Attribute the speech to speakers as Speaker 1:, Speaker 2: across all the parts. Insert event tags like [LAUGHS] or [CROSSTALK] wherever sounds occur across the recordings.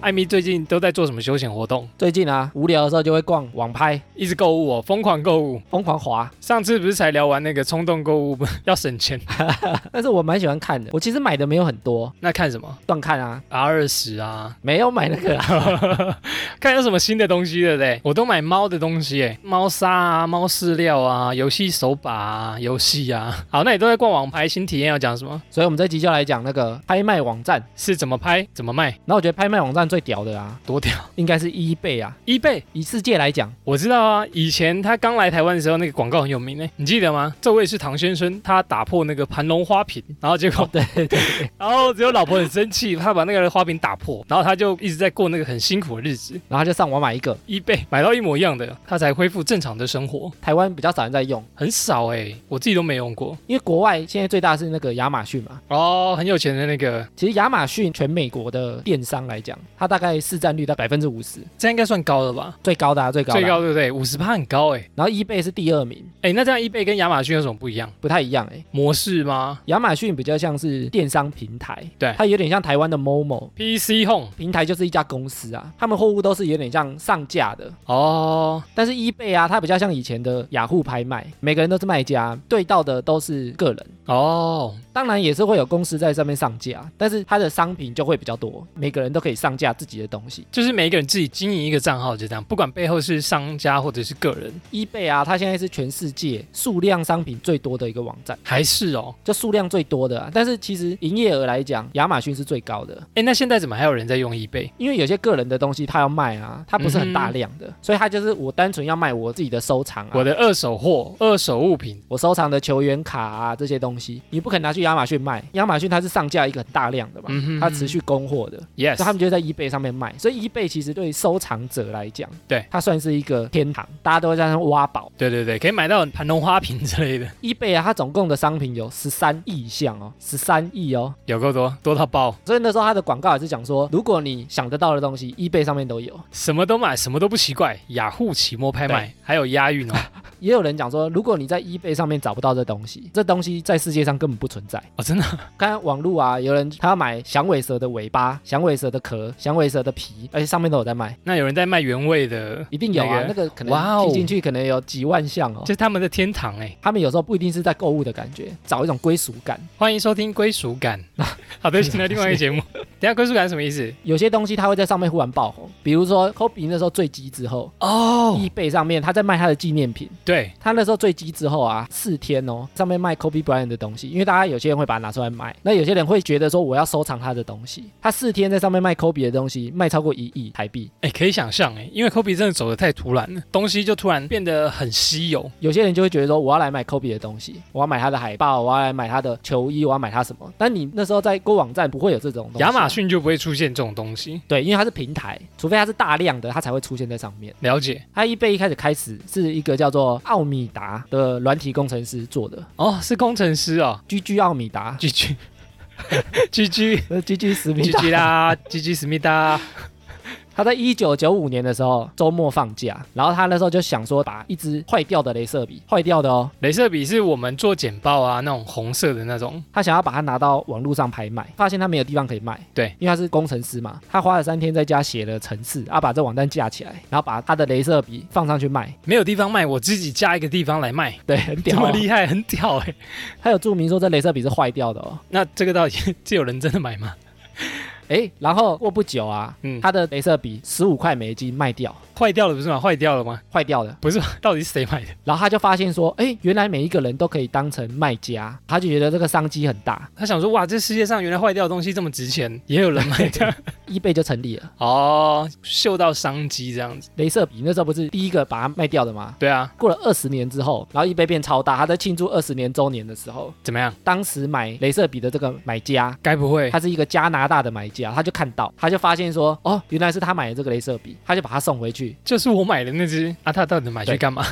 Speaker 1: 艾米最近都在做什么休闲活动？
Speaker 2: 最近啊，无聊的时候就会逛网拍，
Speaker 1: 一直购物哦，疯狂购物。
Speaker 2: 疯狂滑。
Speaker 1: 上次不是才聊完那个冲动购物 [LAUGHS] 要省钱，
Speaker 2: 但是我蛮喜欢看的，我其实买的没有很多，
Speaker 1: 那看什么
Speaker 2: 乱看啊，
Speaker 1: R 二十啊， [LAUGHS]
Speaker 2: 没有买那个啊。 [LAUGHS]
Speaker 1: 看有什么新的东西，对不对？我都买猫的东西，哎，猫砂啊，猫饲料啊，游戏手把啊，游戏啊。好，那你都在逛网拍，新体验要讲什么？
Speaker 2: 所以我们这集就来讲那个拍卖网站。
Speaker 1: 是怎么拍，怎么卖，
Speaker 2: 然后我觉得拍卖网站最屌的啊，
Speaker 1: 多屌！
Speaker 2: 应该是 eBay 啊。
Speaker 1: 一倍，
Speaker 2: 以世界来讲，
Speaker 1: 我知道啊，以前他刚来台湾的时候，那个广告很有名呢，你记得吗？这位是唐先生，他打破那个盘龙花瓶，然后结果、
Speaker 2: 哦对对对，
Speaker 1: [LAUGHS] 然后只有老婆很生气，他把那个花瓶打破，然后他就一直在过那个很辛苦的日子，
Speaker 2: 然后就上网买一个，
Speaker 1: 一倍买到一模一样的，他才恢复正常的生活，
Speaker 2: 台湾比较少人在用，
Speaker 1: 很少哎、我自己都没用过
Speaker 2: 因为国外现在最大是那个亚马逊嘛。
Speaker 1: 哦，很有钱的那个，
Speaker 2: 其实亚马逊全美国的电商来讲，它大概市占率在百分之五十，
Speaker 1: 这样应该算高了吧？
Speaker 2: 最高的、啊、最高的啊、
Speaker 1: 最高对不对？五十趴很高哎、
Speaker 2: 然后 eBay 是第二名，
Speaker 1: 哎，那这样一倍跟亚马逊有什么不一样？
Speaker 2: 不太一样哎、
Speaker 1: 模式吗
Speaker 2: 亚马逊比较像是电商平台，
Speaker 1: 对
Speaker 2: 它有点像台湾的 Momo。
Speaker 1: ？PC Home
Speaker 2: 平台就是一家公司啊，他们货物都是有点像上架的，
Speaker 1: 哦，
Speaker 2: 但是 eBay 啊，它比较像以前的雅虎拍卖，每个人都是卖家，对到的都是个人，
Speaker 1: 哦，
Speaker 2: 当然也是会有公司在上面上架，但是它的商品就会比较多，每个人都可以上架自己的东西。
Speaker 1: 就是每一个人自己经营一个账号，就这样，不管背后是商家或者是个人，
Speaker 2: eBay 啊，它现在是全世界数量商品最多的一个网站，
Speaker 1: 还是哦，
Speaker 2: 就数量最多的、啊，但是其实营业额来讲，亚马逊是最高的。
Speaker 1: 哎，那现在怎么还有人在用 eBay？
Speaker 2: 因为有些个人的东西他要卖啊，他不是很大量的，所以他就是我单纯要卖我自己的收藏啊，
Speaker 1: 我的二手货、二手物品，
Speaker 2: 我收藏的球员卡啊这些东西，你不肯拿去亚马逊卖，亚马逊它是上架一个很大量的嘛，
Speaker 1: 嗯哼嗯
Speaker 2: 它持续供货的，
Speaker 1: ，yes，
Speaker 2: 所以他们就在 eBay 上面卖，所以 eBay 其实对收藏者来讲，
Speaker 1: 对
Speaker 2: 它算是一个天堂，大家都会在那挖宝。
Speaker 1: 对对对，可以买到盘龙花瓶之类的， [LAUGHS]
Speaker 2: eBay 啊，它总共的商品有十三亿项哦，十三亿哦，
Speaker 1: 有够多，多到爆，
Speaker 2: 所以那时候它的广告也是讲说，如果你想得到的东西，eBay 上面都有。
Speaker 1: 什么都买，什么都不奇怪。雅虎奇摩拍卖还有押韵哦，
Speaker 2: 也有人讲说，如果你在 eBay 上面找不到这东西，这东西在世界上根本不存在。
Speaker 1: [LAUGHS] 哦，真的
Speaker 2: 看网络啊，有人他要买响尾蛇的尾巴、响尾蛇的壳、响尾蛇的皮，而且上面都有在卖，
Speaker 1: 那有人在卖原味的，
Speaker 2: 一定有啊。
Speaker 1: 那
Speaker 2: 那
Speaker 1: 个
Speaker 2: 个可
Speaker 1: 哇
Speaker 2: 能
Speaker 1: 哦
Speaker 2: 踢进去可能有几万项哦
Speaker 1: 这。是他们的天堂哎。
Speaker 2: 他们有时候不一定是在购物的感觉，找一种归属感。
Speaker 1: 欢迎收听归属 [LAUGHS] 感，好的，请到另外一个节目。等一下归 [LAUGHS] 属感是什么意思？
Speaker 2: 有些东西它会在上面忽然爆红，比如说 Kobe 那时候坠机之后
Speaker 1: 哦，
Speaker 2: ，eBay 上面他在卖他的纪念品。
Speaker 1: 对，
Speaker 2: 他那时候坠机之后啊，四天哦，上面卖 Kobe Bryant 的东西，因为大家有些人会把它拿出来卖，那有些人会觉得说我要收藏他的东西。他四天在上面卖 Kobe 的东西，卖超过一亿台币。
Speaker 1: 哎，可以想象哎，因为 Kobe 真的走的太突然了，东西就突然变得很稀有。
Speaker 2: 有些人就会觉得说我要来买 Kobe 的东西，我要买他的海报，我要来买他的球衣，我要买他什么？但你那时候在购物网站不会有这种东西啊
Speaker 1: 亚马逊就不会出现这种东西。
Speaker 2: 对，因为它是平台，除非它是大量的，它才会出现在上面。
Speaker 1: 了解
Speaker 2: 它 eBay 一开始开始是一个叫做奥米达的软体工程师做的
Speaker 1: 哦，是工程师哦
Speaker 2: ，G G 奥米达
Speaker 1: ，G G [LAUGHS] G
Speaker 2: [LAUGHS]
Speaker 1: G
Speaker 2: 呃，G G 史密
Speaker 1: G
Speaker 2: 达
Speaker 1: G 啦，G G 啊思密达，
Speaker 2: 他在一九九五年的时候周末放假，然后他那时候就想说把一支坏掉的镭射笔，坏掉的哦，
Speaker 1: 镭射笔是我们做简报啊那种红色的那种，
Speaker 2: 他想要把它拿到网络上拍卖，发现他没有地方可以卖，
Speaker 1: 对，
Speaker 2: 因为他是工程师嘛，他花了三天在家写了程式，啊，把这网站架起来，然后把他的镭射笔放上去卖，
Speaker 1: 没有地方卖，我自己加一个地方来卖，
Speaker 2: 对，很
Speaker 1: 这
Speaker 2: 屌、
Speaker 1: 么
Speaker 2: 哦，
Speaker 1: 厉害，很屌哎、
Speaker 2: 他有注明说这镭射笔是坏掉的哦，
Speaker 1: 那这个到底 [LAUGHS] 这有人真的买吗？
Speaker 2: 诶，然后过不久啊，
Speaker 1: 嗯
Speaker 2: 他的镭射笔十五块美金卖掉，
Speaker 1: 坏掉了不是吗？坏掉了吗？
Speaker 2: 坏掉的，
Speaker 1: 不是吧，到底是谁买的？
Speaker 2: 然后他就发现说，诶，原来每一个人都可以当成卖家，他就觉得这个商机很大，
Speaker 1: 他想说哇，这世界上原来坏掉的东西这么值钱，也有人买的
Speaker 2: 一贝就成立了。
Speaker 1: 哦，嗅到商机这样子，
Speaker 2: 镭射笔那时候不是第一个把它卖掉的吗？
Speaker 1: 对啊，
Speaker 2: 过了二十年之后，然后 eBay 变超大，他在庆祝二十年周年的时候，
Speaker 1: 怎么样？
Speaker 2: 当时买镭射笔的这个买家，
Speaker 1: 该不会
Speaker 2: 他是一个加拿大的买家，他就看到，他就发现说，哦，原来是他买的这个镭射笔，他就把它送回去，
Speaker 1: 就是我买的那只啊？他到底买去
Speaker 2: 对
Speaker 1: 干
Speaker 2: [LAUGHS]
Speaker 1: 嘛？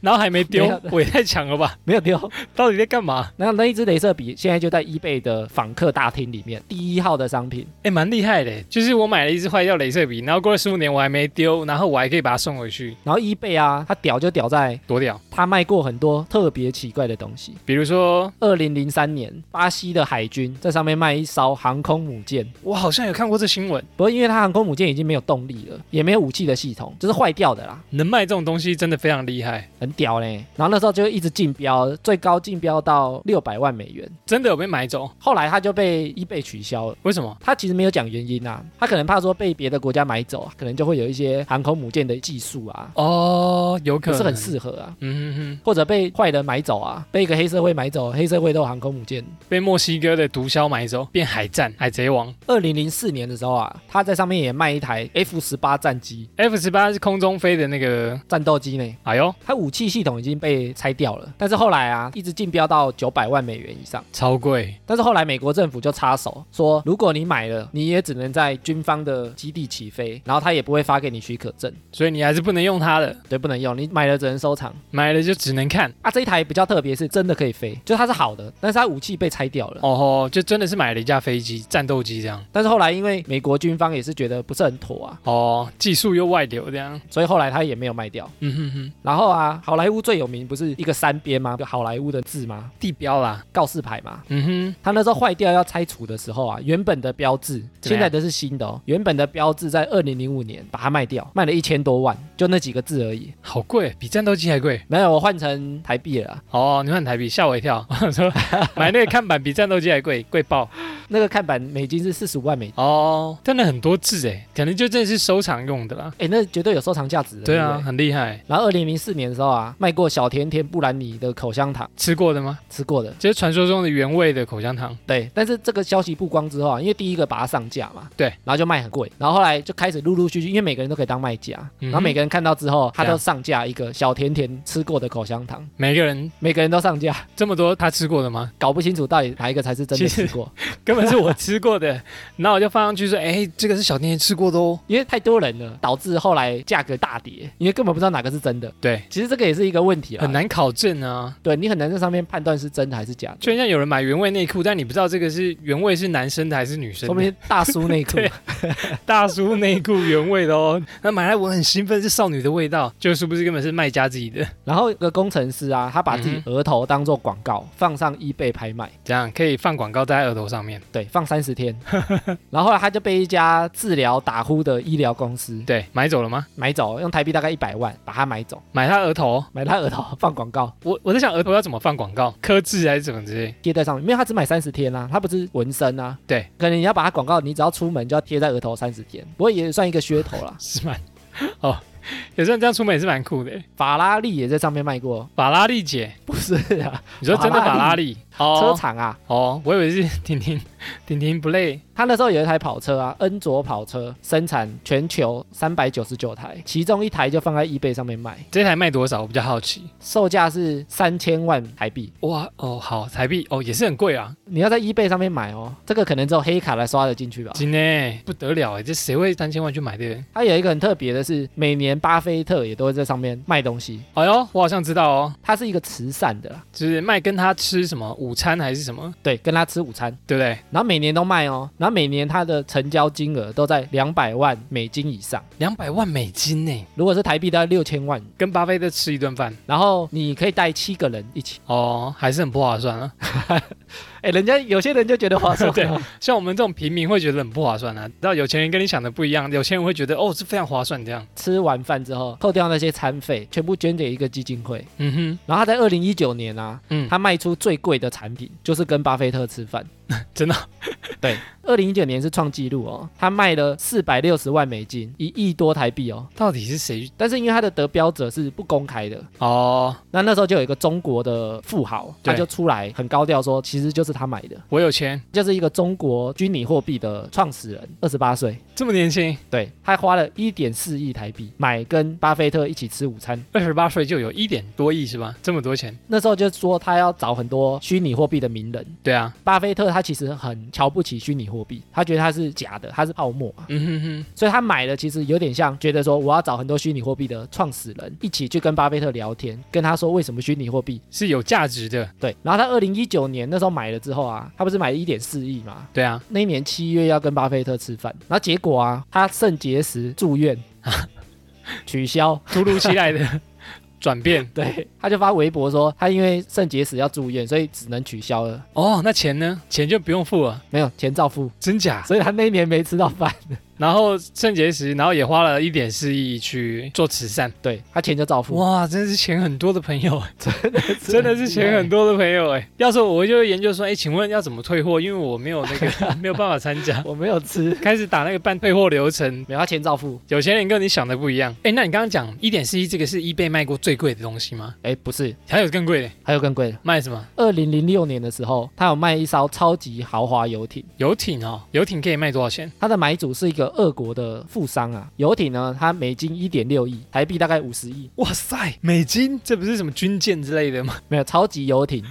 Speaker 1: 然后还没丢
Speaker 2: 没有，
Speaker 1: 我也太强了吧？
Speaker 2: 没有丢。
Speaker 1: 到底在干嘛？
Speaker 2: 然后那一支镭射笔现在就在 eBay 的访客大厅里面第一号的商品，
Speaker 1: 哎，蛮厉害的，对，就是我买了一支坏掉镭射笔，然后过了十五年我还没丢，然后我还可以把它送回去，
Speaker 2: 然后 eBay 啊，它屌就屌在
Speaker 1: 多屌！
Speaker 2: 它卖过很多特别奇怪的东西。
Speaker 1: 比如说，
Speaker 2: 二零零三年，巴西的海军在上面卖一艘航空母舰，
Speaker 1: 我好像有看过这新闻，
Speaker 2: 不过因为它航空母舰已经没有动力了，也没有武器的系统，就是坏掉的啦。
Speaker 1: 能卖这种东西真的非常厉害，
Speaker 2: 很屌嘞，然后那时候就一直竞标，最高竞标到六百万美元，
Speaker 1: 真的有被买走？
Speaker 2: 后来它就被 eBay 取消了。
Speaker 1: 为什么？
Speaker 2: 他其实没有讲原因啊，他可能怕说被别的国家买走，啊可能就会有一些航空母舰的技术啊，
Speaker 1: 哦，有可
Speaker 2: 不
Speaker 1: 能
Speaker 2: 是很适合啊，
Speaker 1: 嗯哼
Speaker 2: 或者被坏人买走啊，被一个黑社会买走，黑社会都有航空母舰。
Speaker 1: 哼，被墨西哥的毒枭买走，变海战海贼王。
Speaker 2: 二零零四年的时候啊，他在上面也卖一台 F 十八战机
Speaker 1: F 十八是空中飞的那个，
Speaker 2: 战斗机呢，
Speaker 1: 哎呦，
Speaker 2: 它武器系统已经被拆掉了，但是后来啊，一直竞标到九百万美元以上。
Speaker 1: 超贵，
Speaker 2: 但是后来美国政府就插手说，如果你买了，你也只能在军方的基地起飞，然后他也不会发给你许可证，
Speaker 1: 所以你还是不能用它的，
Speaker 2: 对，不能用，你买了只能收藏。
Speaker 1: 买了就只能看。
Speaker 2: 啊，这一台比较特别，是真的可以飞，就它是好的，但是它武器被拆掉了。
Speaker 1: 哦吼，就真的是买了一架飞机，战斗机这样。
Speaker 2: 但是后来因为美国军方也是觉得不是很妥啊，
Speaker 1: 哦，技术又外流这样。
Speaker 2: 所以后来他也没有卖掉。
Speaker 1: 嗯哼哼，
Speaker 2: 然后啊，好莱坞最有名不是一个三边吗？就好莱坞的字吗？
Speaker 1: 地标啦。
Speaker 2: 告示牌嘛。
Speaker 1: 嗯哼，
Speaker 2: 它那时候坏掉要拆除的时候啊，原本的标志，
Speaker 1: 怎么
Speaker 2: 现
Speaker 1: 样
Speaker 2: 在的是新的哦。原本的标志在二零零五年把它卖掉，卖了一千多万，就那几个字而已。
Speaker 1: 好贵，比战斗机还贵。
Speaker 2: 没有，我换成台币了啊。
Speaker 1: 哦，你换台币，吓我一跳。 [LAUGHS] 我想说买那个看板比战斗机还贵，贵爆。
Speaker 2: 那个看板美金是四十五万美金，
Speaker 1: 哦，真的很多字哎，可能就真的是收藏用的啦。
Speaker 2: 哎，那绝对有收藏价值的。
Speaker 1: 对
Speaker 2: 不
Speaker 1: 啊，很厉害。
Speaker 2: 然后二零零四年的时候啊，卖过小甜甜布兰妮的口香糖，
Speaker 1: 吃过的吗？
Speaker 2: 吃过的。
Speaker 1: 这是传说中的原味的口香糖。
Speaker 2: 对，但是这个消息曝光之后啊，因为第一个把它上架嘛，
Speaker 1: 对
Speaker 2: 然后就卖很贵，然后后来就开始陆陆续续，因为每个人都可以当卖家，
Speaker 1: 嗯哼啊
Speaker 2: 然后每个人看到之后，他
Speaker 1: 这
Speaker 2: 都
Speaker 1: 样
Speaker 2: 上架一个小甜甜吃过的口香糖，
Speaker 1: 每个人
Speaker 2: 每个人都上架， [LAUGHS]
Speaker 1: 这么多，他吃过的吗？ [LAUGHS]
Speaker 2: 搞不清楚到底哪一个才是真
Speaker 1: 其
Speaker 2: 的
Speaker 1: 实
Speaker 2: 吃过，
Speaker 1: 根本是我吃过的，然后我就放上去说，哎、这个是小甜甜吃过的哦。
Speaker 2: 因为太多人了，导致后来价格大跌，因为根本不知道哪个是真的。
Speaker 1: 对，
Speaker 2: 其实这个也是一个问题啦，
Speaker 1: 很，难考证啊。
Speaker 2: 对你很难在上面判断是真的还是假的，
Speaker 1: 就像有人买原味内裤，但你不知道这个是原味是男生的还是女生
Speaker 2: 说
Speaker 1: 的。
Speaker 2: 明大叔内裤
Speaker 1: [LAUGHS] 对大叔内裤原味的哦， [LAUGHS] 那买来我很兴奋，是少女的味道，就是不是根本是卖家自己的，
Speaker 2: 然后有个工程师啊，他把自己
Speaker 1: 嗯
Speaker 2: 额头当做广告，放上 eBay 拍卖，
Speaker 1: 这样可以放广告在额头上面。
Speaker 2: 对，放三
Speaker 1: [LAUGHS]
Speaker 2: 十天。然后后来他就被一家治疗打呼的医疗公司
Speaker 1: 对，买走了吗？
Speaker 2: 买走，用台币大概一百万把它买走，
Speaker 1: 买他额头，哦
Speaker 2: 买他额头放广告
Speaker 1: 我我在想额头要怎么放广告，刻字还是怎么之类。
Speaker 2: 贴在上面，因为他只买三十天啊，他不是纹身啊，
Speaker 1: 对，。
Speaker 2: 可能你要把他广告，你只要出门就要贴在额头三十天，不过也算一个噱头啦
Speaker 1: [LAUGHS] 是蛮哦，有时候这样出门也是蛮酷的。
Speaker 2: 法拉利也在上面卖过，
Speaker 1: 法拉利姐，
Speaker 2: 不是啊，
Speaker 1: 你说真的
Speaker 2: 法
Speaker 1: 法
Speaker 2: 拉
Speaker 1: 拉利？[LAUGHS]
Speaker 2: 车
Speaker 1: 哦
Speaker 2: 厂啊。
Speaker 1: 哦，我以为是婷婷，婷婷不累。
Speaker 2: 他那时候有一台跑车啊，恩卓跑车，生产全球三百九十九台，其中一台就放在 eBay 上面卖，
Speaker 1: 这台卖多少？我比较好奇。
Speaker 2: 售价是三千万台币。
Speaker 1: 哇哦，好，台币哦也是很贵啊，
Speaker 2: 你要在 eBay 上面买哦，这个可能只有黑卡来刷得进去吧。
Speaker 1: 真的不得了哎，这谁会三千万去买这个？
Speaker 2: 它有一个很特别的是，每年巴菲特也都会在上面卖东西，
Speaker 1: 哎呦，我好像知道哦，
Speaker 2: 它是一个慈善的啦，
Speaker 1: 就是卖跟他吃什么午餐还是什么，
Speaker 2: 对，跟他吃午餐，
Speaker 1: 对不对？
Speaker 2: 然后每年都卖哦，然后每年它的成交金额都在两百万美金以上，
Speaker 1: 两百万美金呢，
Speaker 2: 如果是台币大概六千万，
Speaker 1: 跟巴菲特吃一顿饭
Speaker 2: 然后你可以带七个人一起，
Speaker 1: 哦，还是很不划算啊。，
Speaker 2: 哎，人家有些人就觉得划算
Speaker 1: [LAUGHS] 对，像我们这种平民会觉得很不划算啊，然后有钱人跟你想的不一样，有钱人会觉得哦是非常划算这样。
Speaker 2: 吃完饭之后扣掉那些餐费，全部捐给一个基金会，
Speaker 1: 嗯
Speaker 2: 然后他在二零一九年啊，
Speaker 1: 嗯
Speaker 2: 他卖出最贵的产品就是跟巴菲特吃饭，
Speaker 1: [LAUGHS] 真的？
Speaker 2: 对，二零一九年是创纪录哦，他卖了四百六十万美金，一亿多台币哦
Speaker 1: 哼，。到底是谁？
Speaker 2: 但是因为他的得标者是不公开的，
Speaker 1: 哦，
Speaker 2: 那那时候就有一个中国的富豪，他
Speaker 1: 对
Speaker 2: 就出来很高调说，其实就是他买的，
Speaker 1: 我有钱，
Speaker 2: 就是一个中国虚拟货币的创始人，二十八岁。
Speaker 1: 这么年轻，
Speaker 2: 对他花了一点四亿台币买跟巴菲特一起吃午餐，
Speaker 1: 二十八岁就有一点多亿是吧？这么多钱？
Speaker 2: 那时候就说他要找很多虚拟货币的名人，
Speaker 1: 对啊，
Speaker 2: 巴菲特他其实很瞧不起虚拟货币，他觉得它是假的，它是泡沫啊，
Speaker 1: 嗯哼哼，
Speaker 2: 所以他买了其实有点像觉得说我要找很多虚拟货币的创始人一起去跟巴菲特聊天，跟他说为什么虚拟货币
Speaker 1: 是有价值的，
Speaker 2: 对。然后他二零一九年那时候买了之后啊，他不是买了一点四亿嘛，
Speaker 1: 对啊，
Speaker 2: 那一年七月要跟巴菲特吃饭，然后结果啊，他肾结石
Speaker 1: [LAUGHS]
Speaker 2: 住院，取消。
Speaker 1: 突如其来 [LAUGHS] 的转变。
Speaker 2: 对，他就发微博说，他因为肾结石要住院，所以只能取消了，
Speaker 1: 哦，那钱呢？钱就不用付了，
Speaker 2: 没有钱
Speaker 1: [LAUGHS]
Speaker 2: 照付，
Speaker 1: 真假？
Speaker 2: 所以他那一年没吃到饭。
Speaker 1: 然后肾结石，然后也花了一点四亿去做慈善。
Speaker 2: 对他钱就照付，
Speaker 1: 哇，真是钱很多的朋友， [LAUGHS] 真的是钱很多的朋友哎。要是我我就会研究说，哎，请问要怎么退货？因为我没有那 [LAUGHS] 个没有办法参加。
Speaker 2: 我没有吃，
Speaker 1: 开始打那个办退货流程，
Speaker 2: 没有他钱照付。
Speaker 1: 有钱人跟你想的不一样。哎，那你刚刚讲一点四亿这个是 eBay 卖过最贵的东西吗？
Speaker 2: 哎，不是，
Speaker 1: 还有更贵的，
Speaker 2: 还有更贵的。
Speaker 1: 卖什么？
Speaker 2: 二零零六年的时候，他有卖一艘超级豪华游艇，
Speaker 1: 游艇哦，游艇可以卖多少钱？
Speaker 2: 他的买主是一个俄国的富商啊。游艇呢，他美金一点六亿，台币大概五十亿，
Speaker 1: 哇塞，美金，这不是什么军舰之类的吗？
Speaker 2: 没有超级游艇。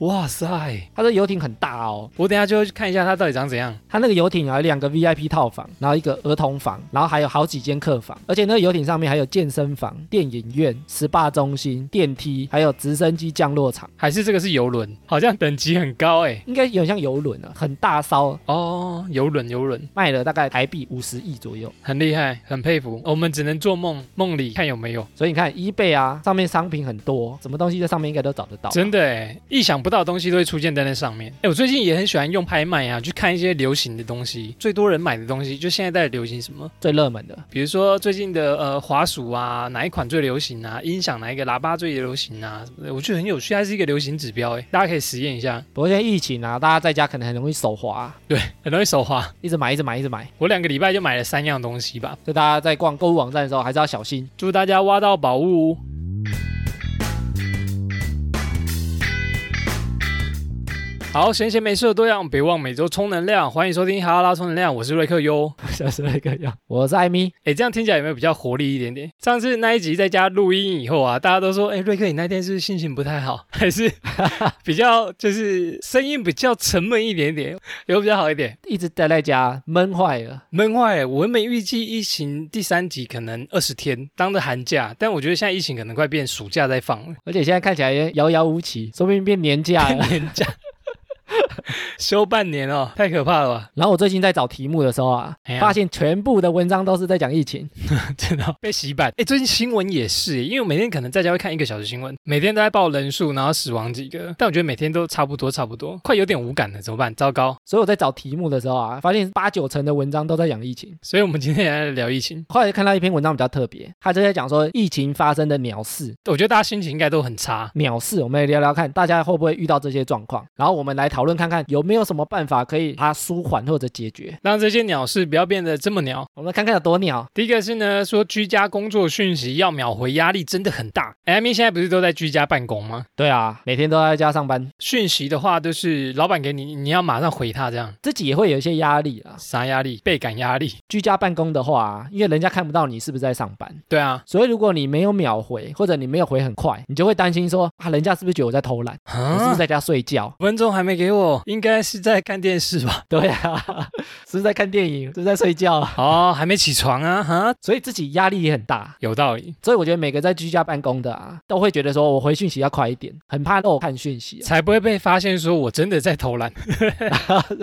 Speaker 1: 哇塞，
Speaker 2: 他的游艇很大哦，
Speaker 1: 我等一下就会去看一下它到底长怎样。
Speaker 2: 他那个游艇啊有两个 VIP 套房，然后一个儿童房，然后还有好几间客房，而且那个游艇上面还有健身房、电影院、SPA 中心、电梯，还有直升机降落场，
Speaker 1: 还是这个是游轮，好像等级很高哎。
Speaker 2: 应该有点像游轮啊，很大艘，
Speaker 1: 哦，游轮，游轮，
Speaker 2: 卖了大概台币五十亿左右。
Speaker 1: 很厉害，很佩服。哦我们只能做梦，梦里看有没有。
Speaker 2: 所以你看，eBay 啊，上面商品很多，什么东西在上面应该都找得到。
Speaker 1: 真的哎，意想不到的东西都会出现在那上面。哎，我最近也很喜欢用拍卖啊，去看一些流行的东西，最多人买的东西，就现在在流行什么？
Speaker 2: 最热门的，
Speaker 1: 比如说最近的呃滑鼠啊，哪一款最流行啊？音响哪一个喇叭最流行啊？什么的，我觉得很有趣，它是一个流行指标哎，大家可以实验一下，
Speaker 2: 不过现在疫情啊，大家在家可能很容易手滑、啊
Speaker 1: 对，很容易手滑。
Speaker 2: 一直买，一直买，一直买。
Speaker 1: 我两个礼拜就买了三样东西吧。
Speaker 2: 所以大家在逛购物网站的时候，还是要小心。 [LAUGHS]
Speaker 1: 祝大家挖到宝物！好，闲闲没事的多样，别忘每周充能量。欢迎收听《哈拉拉充能量》，我是瑞克哟。
Speaker 2: 像是那个样。我是艾米，
Speaker 1: 哎，这样听起来有没有比较活力一点点？上次那一集在家录音以后啊，大家都说，哎，瑞克，你那天是不是心情不太好， [LAUGHS] 还是比较就是声音比较沉闷一点点，有比较好一点？
Speaker 2: 一直待在家闷坏了。
Speaker 1: 闷坏了！我原本预计疫情第三集可能二十天当着寒假，但我觉得现在疫情可能快变暑假在放了。
Speaker 2: 而且现在看起来也遥遥无期，说不定变年
Speaker 1: [LAUGHS]
Speaker 2: 假了。
Speaker 1: 年假，休半年哦，太可怕了吧！ [LAUGHS]
Speaker 2: 然后我最近在找题目的时候啊
Speaker 1: 哎，呀
Speaker 2: 发现全部的文章都是在讲疫情。
Speaker 1: 真的哦、被洗版。哎，最近新闻也是耶，因为我每天可能在家会看一个小时新闻，每天都在报人数，然后死亡几个，但我觉得每天都差不多，差不多，快有点无感了，怎么办？糟糕！
Speaker 2: 所以我在找题目的时候啊，发现八九成的文章都在讲疫情。
Speaker 1: 所以我们今天也来聊疫情，
Speaker 2: 后来看到一篇文章比较特别，他就在讲说疫情发生的鸟事。
Speaker 1: 我觉得大家心情应该都很差。
Speaker 2: 鸟事，我们来聊聊看，大家会不会遇到这些状况？然后我们来讨论看看有没有什么办法可以把它舒缓或者解决。
Speaker 1: 让这些鸟事不要变得这么鸟。
Speaker 2: 我们看看有多鸟，
Speaker 1: 第一个是呢，说居家工作讯息要秒回，压力真的很大。艾米现在不是都在居家办公吗？
Speaker 2: 对啊，每天都在家上班，
Speaker 1: 讯息的话，就是老板给你，你要马上回他，这样
Speaker 2: 自己也会有一些压力啊。
Speaker 1: 啥压力？倍感压力。
Speaker 2: 居家办公的话、啊，因为人家看不到你是不是在上班，
Speaker 1: 对啊，
Speaker 2: 所以如果你没有秒回，或者你没有回很快，你就会担心说啊，人家是不是觉得我在偷懒？我是不是
Speaker 1: 啊，
Speaker 2: 在家睡觉？ [LAUGHS]
Speaker 1: 五分钟还没给我，应该是在看电视吧？
Speaker 2: 对啊，是不是在看电影？是不是在睡觉啊？
Speaker 1: [LAUGHS] 哦，还没起床啊？哈，
Speaker 2: 所以自己压力也很大。
Speaker 1: 有道理，
Speaker 2: 所以我觉得每个在居家办公的啊，都会觉得说我回讯息要快一点，很怕漏看讯息、啊，
Speaker 1: 才不会被发现说我真的在偷 [LAUGHS] 懒。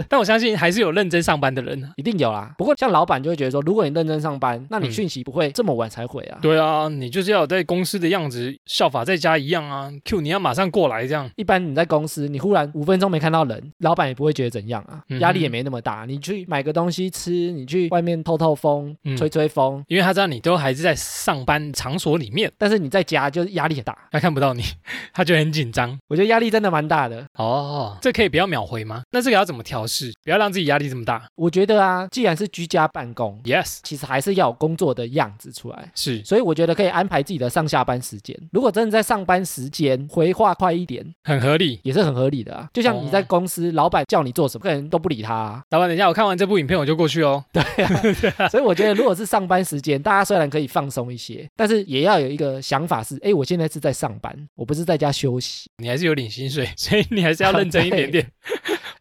Speaker 1: 但我相信还是有认真上班的人啊。
Speaker 2: 一定有啦。不过像老板就会觉得说，如果你认真上班，那你
Speaker 1: 嗯
Speaker 2: 讯息不会这么晚才回啊。
Speaker 1: 对啊，你就是要有在公司的样子，效法在家一样啊。Q，你要马上过来这样。
Speaker 2: 一般你在公司，你忽然五分钟没看到人，老板也不会觉得怎样啊
Speaker 1: 嗯哼，
Speaker 2: 压力也没那么大。你去买个东西吃，你去外面透透风
Speaker 1: 嗯，
Speaker 2: 吹吹风，
Speaker 1: 因为他知道你都还是在上班场所里面，
Speaker 2: 但是你在家就是压力很大。
Speaker 1: 他看不到你， [LAUGHS] 他就很紧张。
Speaker 2: 我觉得压力真的蛮大的。
Speaker 1: 哦，这可以不要秒回吗？那这个要怎么调试？不要让自己压力这么大。
Speaker 2: 我觉得啊，既然是居家办公，
Speaker 1: Yes，
Speaker 2: 其实还是要有工作的样子出来。
Speaker 1: 是
Speaker 2: 所以我觉得可以安排自己的上下班时间。如果真的在上班时间回话快一点，
Speaker 1: 很合理。
Speaker 2: 也是很合理的啊。就像你在
Speaker 1: 哦
Speaker 2: 公司，老板叫你做什么，个人都不理他啊、
Speaker 1: 老板，等一下，我看完这部影片我就过去哦。
Speaker 2: 所以我觉得，如果是上班时间，大家虽然可以放松一些，但是也要有一个想法是，哎，我现在是在上班，我不是在家休息。
Speaker 1: [LAUGHS] 你还是有领薪水，所以你还是要认真一点点。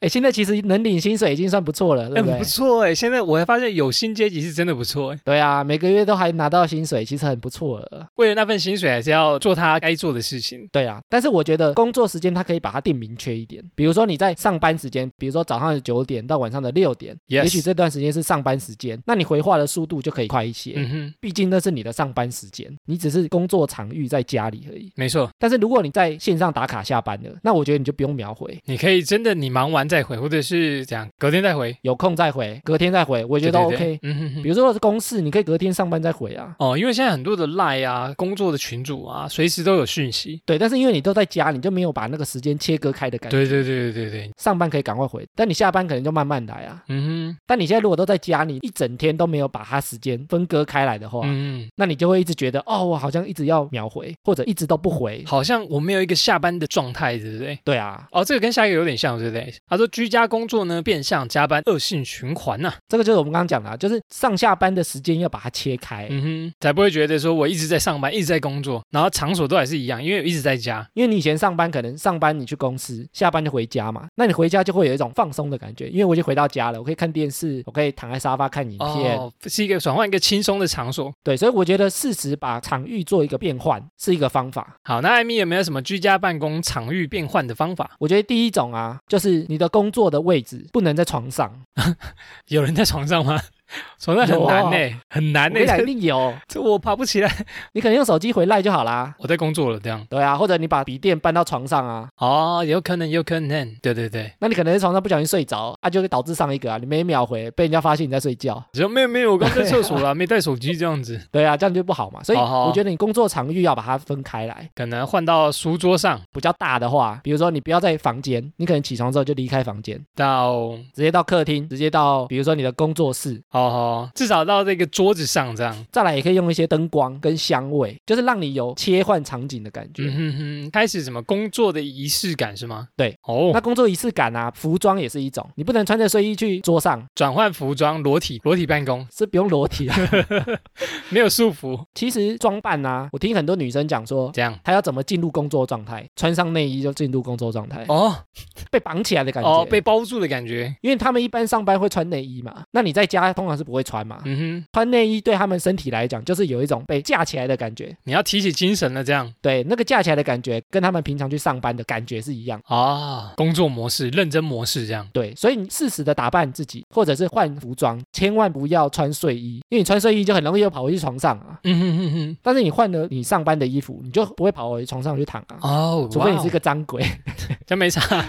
Speaker 2: 哎，现在其实能领薪水已经算不错了，对
Speaker 1: 哎、
Speaker 2: 不对
Speaker 1: 不？错哎、现在我还发现有薪阶级是真的不错哎、
Speaker 2: 对啊，每个月都还拿到薪水，其实很不错了。
Speaker 1: 为了那份薪水，还是要做他该做的事情。
Speaker 2: 对啊，但是我觉得工作时间它可以把它定明确一点，比如说你在上班时间，比如说早上的九点到晚上的六点
Speaker 1: Yes
Speaker 2: 也许这段时间是上班时间，那你回话的速度就可以快一些，
Speaker 1: 嗯哼，
Speaker 2: 毕竟那是你的上班时间，你只是工作场域在家里而已。
Speaker 1: 没错，
Speaker 2: 但是如果你在线上打卡下班了，那我觉得你就不用秒回，
Speaker 1: 你可以真的你忙完再回，或者是这样隔天再回，
Speaker 2: 有空再回，隔天再回，我觉得
Speaker 1: 对
Speaker 2: OK。
Speaker 1: 对对嗯哼
Speaker 2: 比
Speaker 1: 哼。
Speaker 2: 如说是公事，你可以隔天上班再回啊。
Speaker 1: 哦，因为现在很多的 Line 啊、工作的群组啊，随时都有讯息。
Speaker 2: 对，但是因为你都在家，你就没有把那个时间切割开的感觉。
Speaker 1: 对对对对对对，
Speaker 2: 上班可以赶快回，但你下班可能就慢慢来啊。
Speaker 1: 嗯
Speaker 2: 但你现在如果都在家，你一整天都没有把它时间分割开来的话，
Speaker 1: 哼，嗯
Speaker 2: 那你就会一直觉得哦，我好像一直要秒回，或者一直都不回
Speaker 1: 哼，。好像我没有一个下班的状态，对不对？
Speaker 2: 对啊，
Speaker 1: 哦，这个跟下一个有点像，对不对？他说居家工作呢，变相加班，恶性循环呐、
Speaker 2: 这个就是我们刚刚讲的、啊，就是上下班的时间要把它切开，
Speaker 1: 嗯哼，才不会觉得说我一直在上班，一直在工作，然后场所都还是一样，因为我一直在家。
Speaker 2: 因为你以前上班可能上班你去公司，下班就回家嘛，那你回家就会有一种放松的感觉，因为我已经回到家了，我可以看电视，我可以躺在沙发看影片，
Speaker 1: 哦，是一个转换一个轻松的场所。
Speaker 2: 对，所以我觉得适时把场域做一个变换是一个方法。
Speaker 1: 好，那艾米有没有什么居家办公场域变换的方法？
Speaker 2: 我觉得第一种啊，就是你的工作的位置不能在床上，
Speaker 1: 有人在床上吗？ [LAUGHS] 床上很难呢、很难
Speaker 2: 啊我
Speaker 1: 呢、
Speaker 2: 跟你讲一
Speaker 1: 这
Speaker 2: 定有，
Speaker 1: [LAUGHS] 这我爬不起来。
Speaker 2: 你可能用手机回来就好啦。
Speaker 1: 我在工作了，这样
Speaker 2: 对啊，或者你把笔电搬到床上啊，
Speaker 1: 哦，有可能，有可能，对对对，
Speaker 2: 那你可能在床上不小心睡着啊，就会导致上一个啊，你没秒回，被人家发现你在睡觉，
Speaker 1: 只说没有没有，我刚在厕所啦，没 [LAUGHS] 带手机这样子，
Speaker 2: 对啊，这样就不好嘛。所以
Speaker 1: 好好
Speaker 2: 我觉得你工作场域要把它分开来，
Speaker 1: 可能换到书桌上，
Speaker 2: 比较大的话，比如说你不要在房间，你可能起床之后就离开房间，
Speaker 1: 到哦
Speaker 2: 直接到客厅，直接到比如说你的工作室，
Speaker 1: 好好，哦至少到这个桌子上这样。
Speaker 2: 再来也可以用一些灯光跟香味，就是让你有切换场景的感觉。
Speaker 1: 嗯哼哼，开始什么工作的仪式感是吗？
Speaker 2: 对，
Speaker 1: 哦
Speaker 2: 那，工作仪式感啊，服装也是一种，你不能穿着睡衣去桌上，
Speaker 1: 转换服装，裸体，裸体办公， [LAUGHS]
Speaker 2: 是不用裸体啊。
Speaker 1: 没有束缚，
Speaker 2: [LAUGHS] 其实装扮啊，我听很多女生讲说，
Speaker 1: 这样。
Speaker 2: 她要怎么进入工作状态，穿上内衣就进入工作状态，
Speaker 1: 哦
Speaker 2: 被绑起来的感觉。
Speaker 1: 哦，被包住的感觉。
Speaker 2: 因为他们一般上班会穿内衣嘛，那你在家通常是不会穿嘛。
Speaker 1: 嗯
Speaker 2: 穿内衣对他们身体来讲，就是有一种被架起来的感觉
Speaker 1: 哼，。你要提起精神了，这样。
Speaker 2: 对，那个架起来的感觉，跟他们平常去上班的感觉是一样。
Speaker 1: 啊，工作模式、认真模式这样。
Speaker 2: 对，所以你适时的打扮自己，或者是换服装，千万不要穿睡衣，因为你穿睡衣就很容易又跑回去床上啊。
Speaker 1: 嗯哼哼哼。
Speaker 2: 但是你换了你上班的衣服，你就不会跑回床上去躺啊。
Speaker 1: 哦，
Speaker 2: 除非你是
Speaker 1: 哇
Speaker 2: 个脏鬼， [LAUGHS]
Speaker 1: 哦，真没啥， [LAUGHS]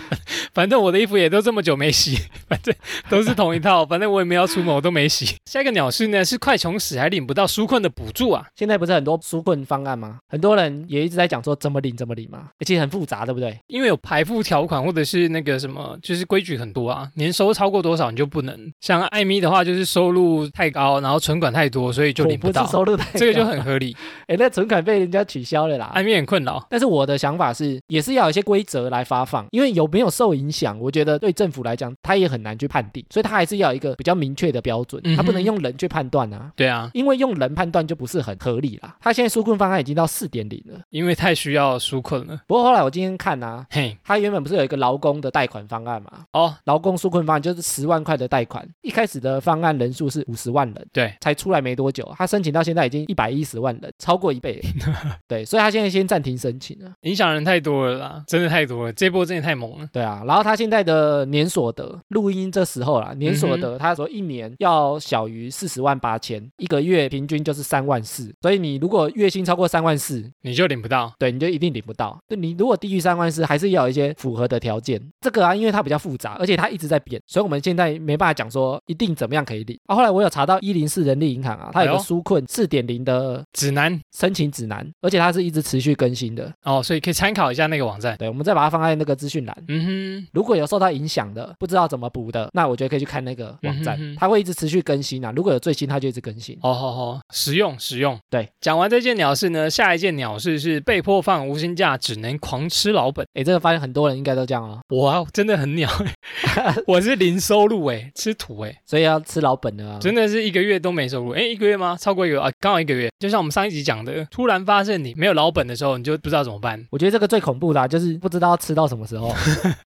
Speaker 1: 反正我的衣服也都这么久没洗， [LAUGHS] 反正都是同一套，反正我也没有要出门，我都没洗。下一个鸟事呢是快穷死还领不到纾困的补助啊，
Speaker 2: 现在不是很多纾困方案吗？很多人也一直在讲说怎么领怎么领嘛，而且很复杂，对不对？
Speaker 1: 因为有排付条款或者是那个什么，就是规矩很多啊，年收超过多少你就不能。像艾米的话就是收入太高，然后存款太多，所以就
Speaker 2: 我
Speaker 1: 领 [LAUGHS]
Speaker 2: 不
Speaker 1: 到
Speaker 2: 是，收入太高，
Speaker 1: 这个就很啊合理。
Speaker 2: 哎，那存款被人家取消了啦。
Speaker 1: 艾米很困扰，
Speaker 2: 但是我的想法是，也是要有一些规则来发放，因为有没有受影响，我觉得对政府来讲，他也很难去判定，所以他还是要有一个比较明确的标准，
Speaker 1: 嗯哼
Speaker 2: 他不能用人去判断啊。
Speaker 1: 对啊，
Speaker 2: 因为用人判断就不是很合理啦。他现在纾困方案已经到四点零了，
Speaker 1: 因为太需要纾困了。哦
Speaker 2: 不过后来我今天看啊，
Speaker 1: 嘿，
Speaker 2: 他原本不是有一个劳工的贷款方案嘛？
Speaker 1: 哦，
Speaker 2: 劳工纾困方案就是十万块的贷款，一开始的方案人数是五十万人，
Speaker 1: 对，
Speaker 2: 才出来没多久，他申请到现在已经一百一十万人，超过一倍了。
Speaker 1: [LAUGHS]
Speaker 2: 对，所以他现在先暂停申请了。
Speaker 1: 影响人太多了啦，真的太多了，这波真的太猛了。
Speaker 2: 对啊，然后他现在的年所得，录音这时候啦，年所
Speaker 1: 嗯
Speaker 2: 得他说一年要小于四十万八千，一个月平均就是三万四，所以你如果月薪超过三万四，
Speaker 1: 你就领不到。
Speaker 2: 对，你就一定领不到。对你如果低于三万四，还是要有一些符合的条件。这个啊，因为它比较复杂，而且它一直在变，所以我们现在没办法讲说一定怎么样可以领。啊，后来我有查到一零四人力银行啊，它
Speaker 1: 哎
Speaker 2: 有个
Speaker 1: 呦
Speaker 2: 纾困四点零的
Speaker 1: 指南
Speaker 2: 申请指南，而且它是一直持续更新的。
Speaker 1: 哦，所以可以参考一下那个网站。
Speaker 2: 对，我们再把它放在那个资讯栏。
Speaker 1: 嗯
Speaker 2: 如果有受到影响的，不知道怎么补的，那我觉得可以去看那个网站，
Speaker 1: 嗯哼哼
Speaker 2: 它会一直持续续更新啊，如果有最新，它就一直更新。
Speaker 1: 哦好好好，实用实用。
Speaker 2: 对，
Speaker 1: 讲完这件鸟事呢，下一件鸟事是被迫放无薪假，只能狂吃老本。
Speaker 2: 哎，这个发现很多人应该都这样哦，
Speaker 1: 哇，真的很鸟，欸
Speaker 2: [LAUGHS]
Speaker 1: 我是零收入哎，吃土哎，
Speaker 2: 所以要吃老本的啊。
Speaker 1: 真的是一个月都没收入哎，一个月吗？超过一个月啊，刚好一个月。就像我们上一集讲的，突然发现你没有老本的时候，你就不知道怎么办，
Speaker 2: 我觉得这个最恐怖的、啊、就是不知道要吃到什么时候，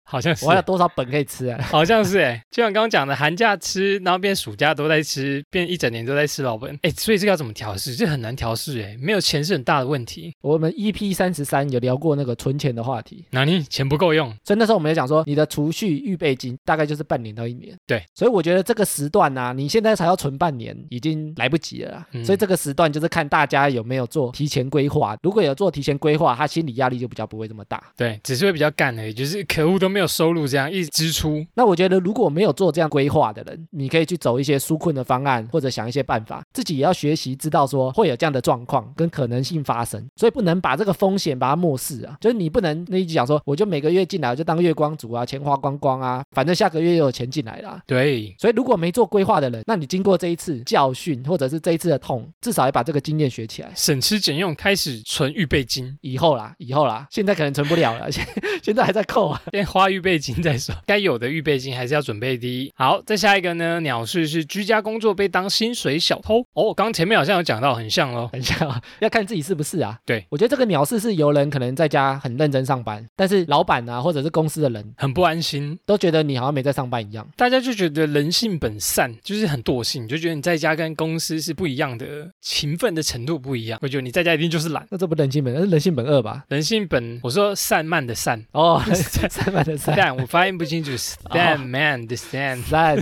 Speaker 1: 好 [LAUGHS] 像是
Speaker 2: 我还有多少本可以吃啊？
Speaker 1: [LAUGHS] 好像是哎、就像刚刚讲的，寒假吃，然后变暑假都在吃，变一整年都在吃老本哎、所以这个要怎么调试？这很难调试哎、没有钱是很大的问题。
Speaker 2: 我们 EP 三十三有聊过那个存钱的话题，
Speaker 1: 哪里钱不够用？
Speaker 2: 所以那时候我们也讲说，你的储蓄预备金大概就是半年到一年。
Speaker 1: 对，
Speaker 2: 所以我觉得这个时段呢、你现在才要存半年，已经来不及了啦。啊
Speaker 1: 嗯
Speaker 2: 所以这个时段就是看大家有没有做提前规划，如果有做提前规划，他心理压力就比较不会这么大。
Speaker 1: 对，只是会比较干而已，就是可恶都没有收入，这样一直支出，
Speaker 2: 那我觉得如果没有做这样规划的人，你可以去走一些纾困的方案，或者想一些办法，自己也要学习知道说会有这样的状况跟可能性发生，所以不能把这个风险把它漠视啊，就是你不能那一直讲说我就每个月进来我就当月光族啊，钱花光光啊，反正下个月又有钱进来啦。
Speaker 1: 对，
Speaker 2: 所以，如果没做规划的人，那你经过这一次教训，或者是这一次的痛，至少也把这个经验学起来。
Speaker 1: 省吃俭用开始存预备金，
Speaker 2: 以后啦，以后啦，现在可能存不了了， [LAUGHS] 现现在还在扣啊。
Speaker 1: 先花预备金再说，该有的预备金还是要准备的。好，再下一个呢，鸟事是居家工作被当薪水小偷哦，刚前面好像有讲到，很像哦。
Speaker 2: 等一下、啊， [LAUGHS] 要看自己是不是啊。
Speaker 1: 对
Speaker 2: 我觉得这个鸟事是由人可能在家很认真上班，但是老板啊，或者是公司的人
Speaker 1: 很不安心，
Speaker 2: 都觉得你好像没在上班一样。
Speaker 1: 大家就觉得人性本善，就是很惰性，就觉得你在家跟公司是不一样的，勤奋的程度不一样。我觉得你在家一定就是懒， [LAUGHS]
Speaker 2: 那这不人性本，那是人性本恶吧？
Speaker 1: 人性本我说散漫的散， [LAUGHS]
Speaker 2: [LAUGHS] 哦，三万的三。
Speaker 1: 但我发音不清楚，stand [LAUGHS] man 的 stand [LAUGHS]
Speaker 2: 三，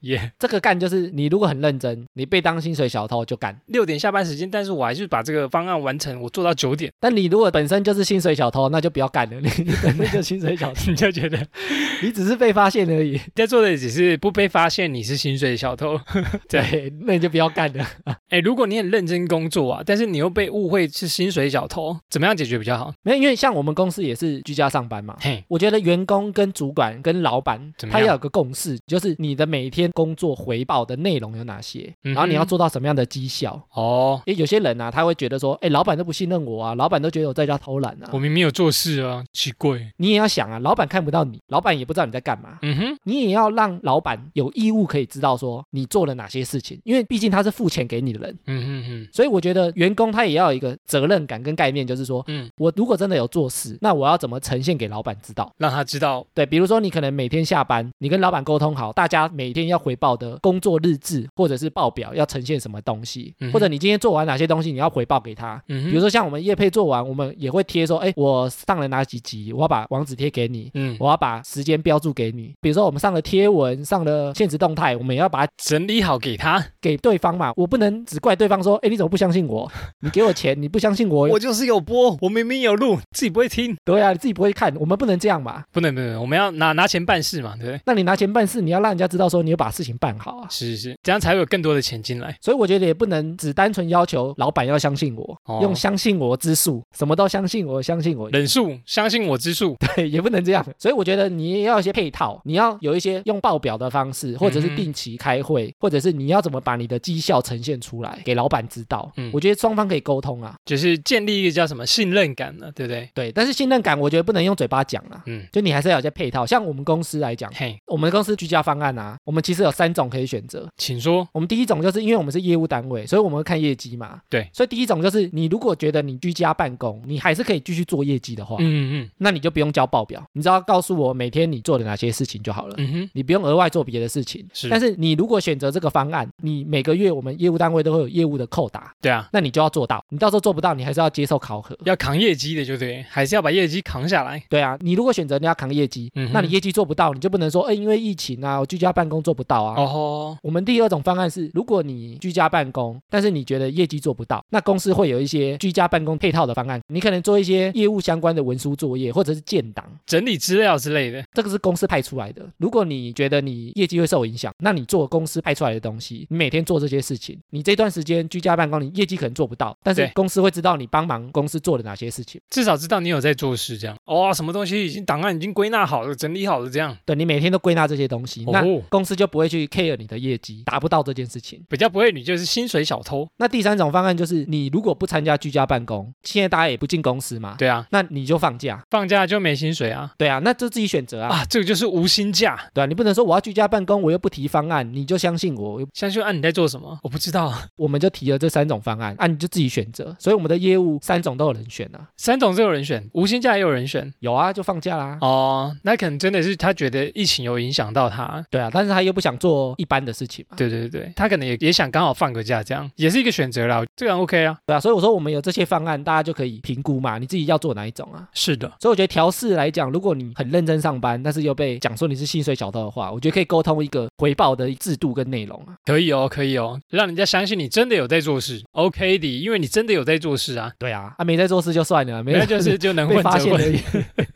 Speaker 1: 耶、
Speaker 2: [LAUGHS] 这个干就是你如果很认真，你被当薪水小偷就干；
Speaker 1: 六点下班时间，但是我还是把这个方案完成，我做到九点， [LAUGHS]
Speaker 2: 但你如果本身就是薪水小偷，那就不要干了，你 [LAUGHS] 你本身就薪水小 [LAUGHS] 偷，
Speaker 1: 你就觉得你
Speaker 2: 你只是被发现而已。
Speaker 1: 在做的只是不被发现你是薪水小偷。 [LAUGHS] 对，
Speaker 2: 对，那你就不要干了。
Speaker 1: 哎，如果你很认真工作啊，但是你又被误会是薪水小偷，怎么样解决比较好？
Speaker 2: 没有，因为像我们公司也是居家上班嘛。
Speaker 1: 嘿，
Speaker 2: 我觉得员工跟主管跟老板
Speaker 1: 怎，么
Speaker 2: 他
Speaker 1: 样
Speaker 2: 要有个共识，就是你的每天工作回报的内容有哪些，
Speaker 1: 嗯哼
Speaker 2: 然后你要做到什么样的绩效。
Speaker 1: 哦，
Speaker 2: 因为有些人啊，他会觉得说，哎，老板都不信任我啊，老板都觉得我在家偷懒啊
Speaker 1: 我。明明有做事啊，奇怪。
Speaker 2: 你也要想啊，老板看不到你，老板也不知道你在干嘛。
Speaker 1: 嗯哼，
Speaker 2: 你也要让老板有义务可以知道说你做了哪些事情，因为毕竟他是付钱给你的人，
Speaker 1: 嗯哼哼，
Speaker 2: 所以我觉得员工他也要有一个责任感跟概念，就是说
Speaker 1: 嗯，
Speaker 2: 我如果真的有做事，那我要怎么呈现给老板知道？
Speaker 1: 让他知道，
Speaker 2: 对，比如说你可能每天下班，你跟老板沟通好，大家每天要回报的工作日志或者是报表要呈现什么东西，
Speaker 1: 嗯哼
Speaker 2: 或者你今天做完哪些东西，你要回报给他。
Speaker 1: 嗯
Speaker 2: 比
Speaker 1: 哼，
Speaker 2: 如说像我们业配做完，我们也会贴说，哎，我上了哪几集，我要把网址贴给你。
Speaker 1: 嗯，
Speaker 2: 我要把时间标注给你，比如说我们上了贴文，上了现实动态，我们也要把它
Speaker 1: 整理好给他，
Speaker 2: 给对方嘛，我不能只怪对方说，哎，你怎么不相信我？ [LAUGHS] 你给我钱，你不相信我，
Speaker 1: 就是有播，我明明有录，自己不会听，
Speaker 2: 对啊，你自己不会看，我们不能这样嘛。
Speaker 1: 不能不能，我们要拿拿钱办事嘛，对不对？
Speaker 2: 那你拿钱办事，你要让人家知道说你有把事情办好啊。
Speaker 1: 是是是，这样才会有更多的钱进来。
Speaker 2: 所以我觉得也不能只单纯要求老板要相信我，
Speaker 1: 哦
Speaker 2: 用相信我之术，什么都相信我，相信
Speaker 1: [LAUGHS]
Speaker 2: 我，
Speaker 1: 忍术，相信我之术，
Speaker 2: 对， [LAUGHS] 也不能这样。所以我觉得你也要一些配套，你要有一些用报表的方式，或者是
Speaker 1: 嗯哼
Speaker 2: 定期开会，或者是你要怎么把你的绩效呈现出来给老板知道。
Speaker 1: 嗯
Speaker 2: 我觉得双方可以沟通啊，
Speaker 1: 就是建立一个叫什么信任感呢，对不对？
Speaker 2: 对，但是信任感我觉得不能用嘴巴讲啊。
Speaker 1: 嗯，
Speaker 2: 就你还是要有一些配套，像我们公司来讲，
Speaker 1: 嘿，
Speaker 2: 我们公司居家方案啊，我们其实有三种可以选择。
Speaker 1: 请说。
Speaker 2: 我们第一种就是因为我们是业务单位，所以我们会看业绩嘛。
Speaker 1: 对
Speaker 2: 所以第一种就是你如果觉得你居家办公，你还是可以继续做业绩的话，
Speaker 1: 嗯嗯
Speaker 2: 那你就不用交报表，你只要告诉我每天你做的哪些事情就好了。
Speaker 1: 嗯哼，
Speaker 2: 你不用额外做别的事情，
Speaker 1: 是
Speaker 2: 但是你如果选择这个方案，你每个月我们业务单位都会有业务的扣打，
Speaker 1: 对啊，
Speaker 2: 那你就要做到。你到时候做不到，你还是要接受考核。
Speaker 1: 要扛业绩的就对，还是要把业绩扛下来。
Speaker 2: 对啊，你如果选择你要扛业绩，
Speaker 1: 嗯哼
Speaker 2: 那你业绩做不到，你就不能说，哎、因为疫情啊，我居家办公做不到啊。
Speaker 1: 哦吼，
Speaker 2: 我们第二种方案是，如果你居家办公，但是你觉得业绩做不到，那公司会有一些居家办公配套的方案，你可能做一些业务相关的文书作业或者是建档，
Speaker 1: 整理资料之类的。
Speaker 2: 这个是公司派出来的。如果你觉得你业绩会受影响，那你做公司派出来的东西，你每天做这些事情，你这段时间居家办公，你业绩可能做不到，但是
Speaker 1: 对
Speaker 2: 公司会知道你帮忙公司做了哪些事情。
Speaker 1: 至少知道你有在做事，这样哦，什么东西已经档案已经归纳好了，整理好了，这样
Speaker 2: 对你每天都归纳这些东西，那
Speaker 1: 哦
Speaker 2: 公司就不会去 care 你的业业绩，达不到这件事情。
Speaker 1: 比较不会，你就是薪水小偷。
Speaker 2: 那第三种方案就是，你如果不参加居家办公，现在大家也不进公司嘛，
Speaker 1: 对啊，
Speaker 2: 那你就放假。
Speaker 1: 放假就没薪水啊
Speaker 2: 对啊，那就自己选择啊，
Speaker 1: 啊，这个就是无薪假。
Speaker 2: 对啊，你不能说我要居家办公，我又不提方案，你就相信我，我
Speaker 1: 相信啊，你在做什么？我不知道 [LAUGHS] 啊，
Speaker 2: 我们就提了这三种方案，啊，你就自己选择。所以我们的业务三种都有人选啊，
Speaker 1: 三种都有人选，无薪假也有人选。
Speaker 2: 有啊，就放假啦。
Speaker 1: 哦，那可能真的是他觉得疫情有影响到他。
Speaker 2: 对啊，但是他又不想做一般的事情嘛，
Speaker 1: 对对对，他可能也也想刚好放个假，这样也是一个选择啦，这样 OK 啊。
Speaker 2: 对啊，所以我说我们有这些方案，大家就可以评估嘛，你自己要做哪一种啊。
Speaker 1: 是的，
Speaker 2: 所以我觉得调试来讲，如果你很认真上班，但是又被讲说你是薪水小偷的话，我觉得可以沟通一个回报的制度跟内容啊。
Speaker 1: 可以哦，可以哦，让人家相信你真的有在做事，OK 的，因为你真的有在做事啊。
Speaker 2: 对啊，啊没在做事就算了， [LAUGHS] 没
Speaker 1: 没有就是就能
Speaker 2: 被
Speaker 1: 混
Speaker 2: 发
Speaker 1: 着
Speaker 2: 现而
Speaker 1: 混，
Speaker 2: 已。
Speaker 1: [LAUGHS]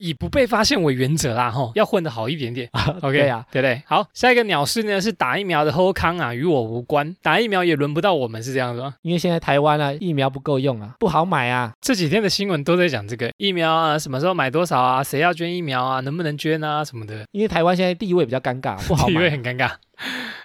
Speaker 1: 以不被发现为原则啦，吼，要混得好一点点。OK，
Speaker 2: 对 [LAUGHS] 啊，
Speaker 1: 对不对？好，下一个鸟事呢是打疫苗的后康啊，与我无关，打疫苗也轮不到我们，是这样子吗？
Speaker 2: 因为现在台湾啊疫苗不够用啊，不好买啊。
Speaker 1: 这几天的新闻都在讲这个疫苗啊，什么时候买多少啊，谁要捐疫苗啊，能不能捐啊什么的，
Speaker 2: 因为台湾现在地位比较尴尬，不好
Speaker 1: [LAUGHS] 地位
Speaker 2: 买。
Speaker 1: 很尴尬。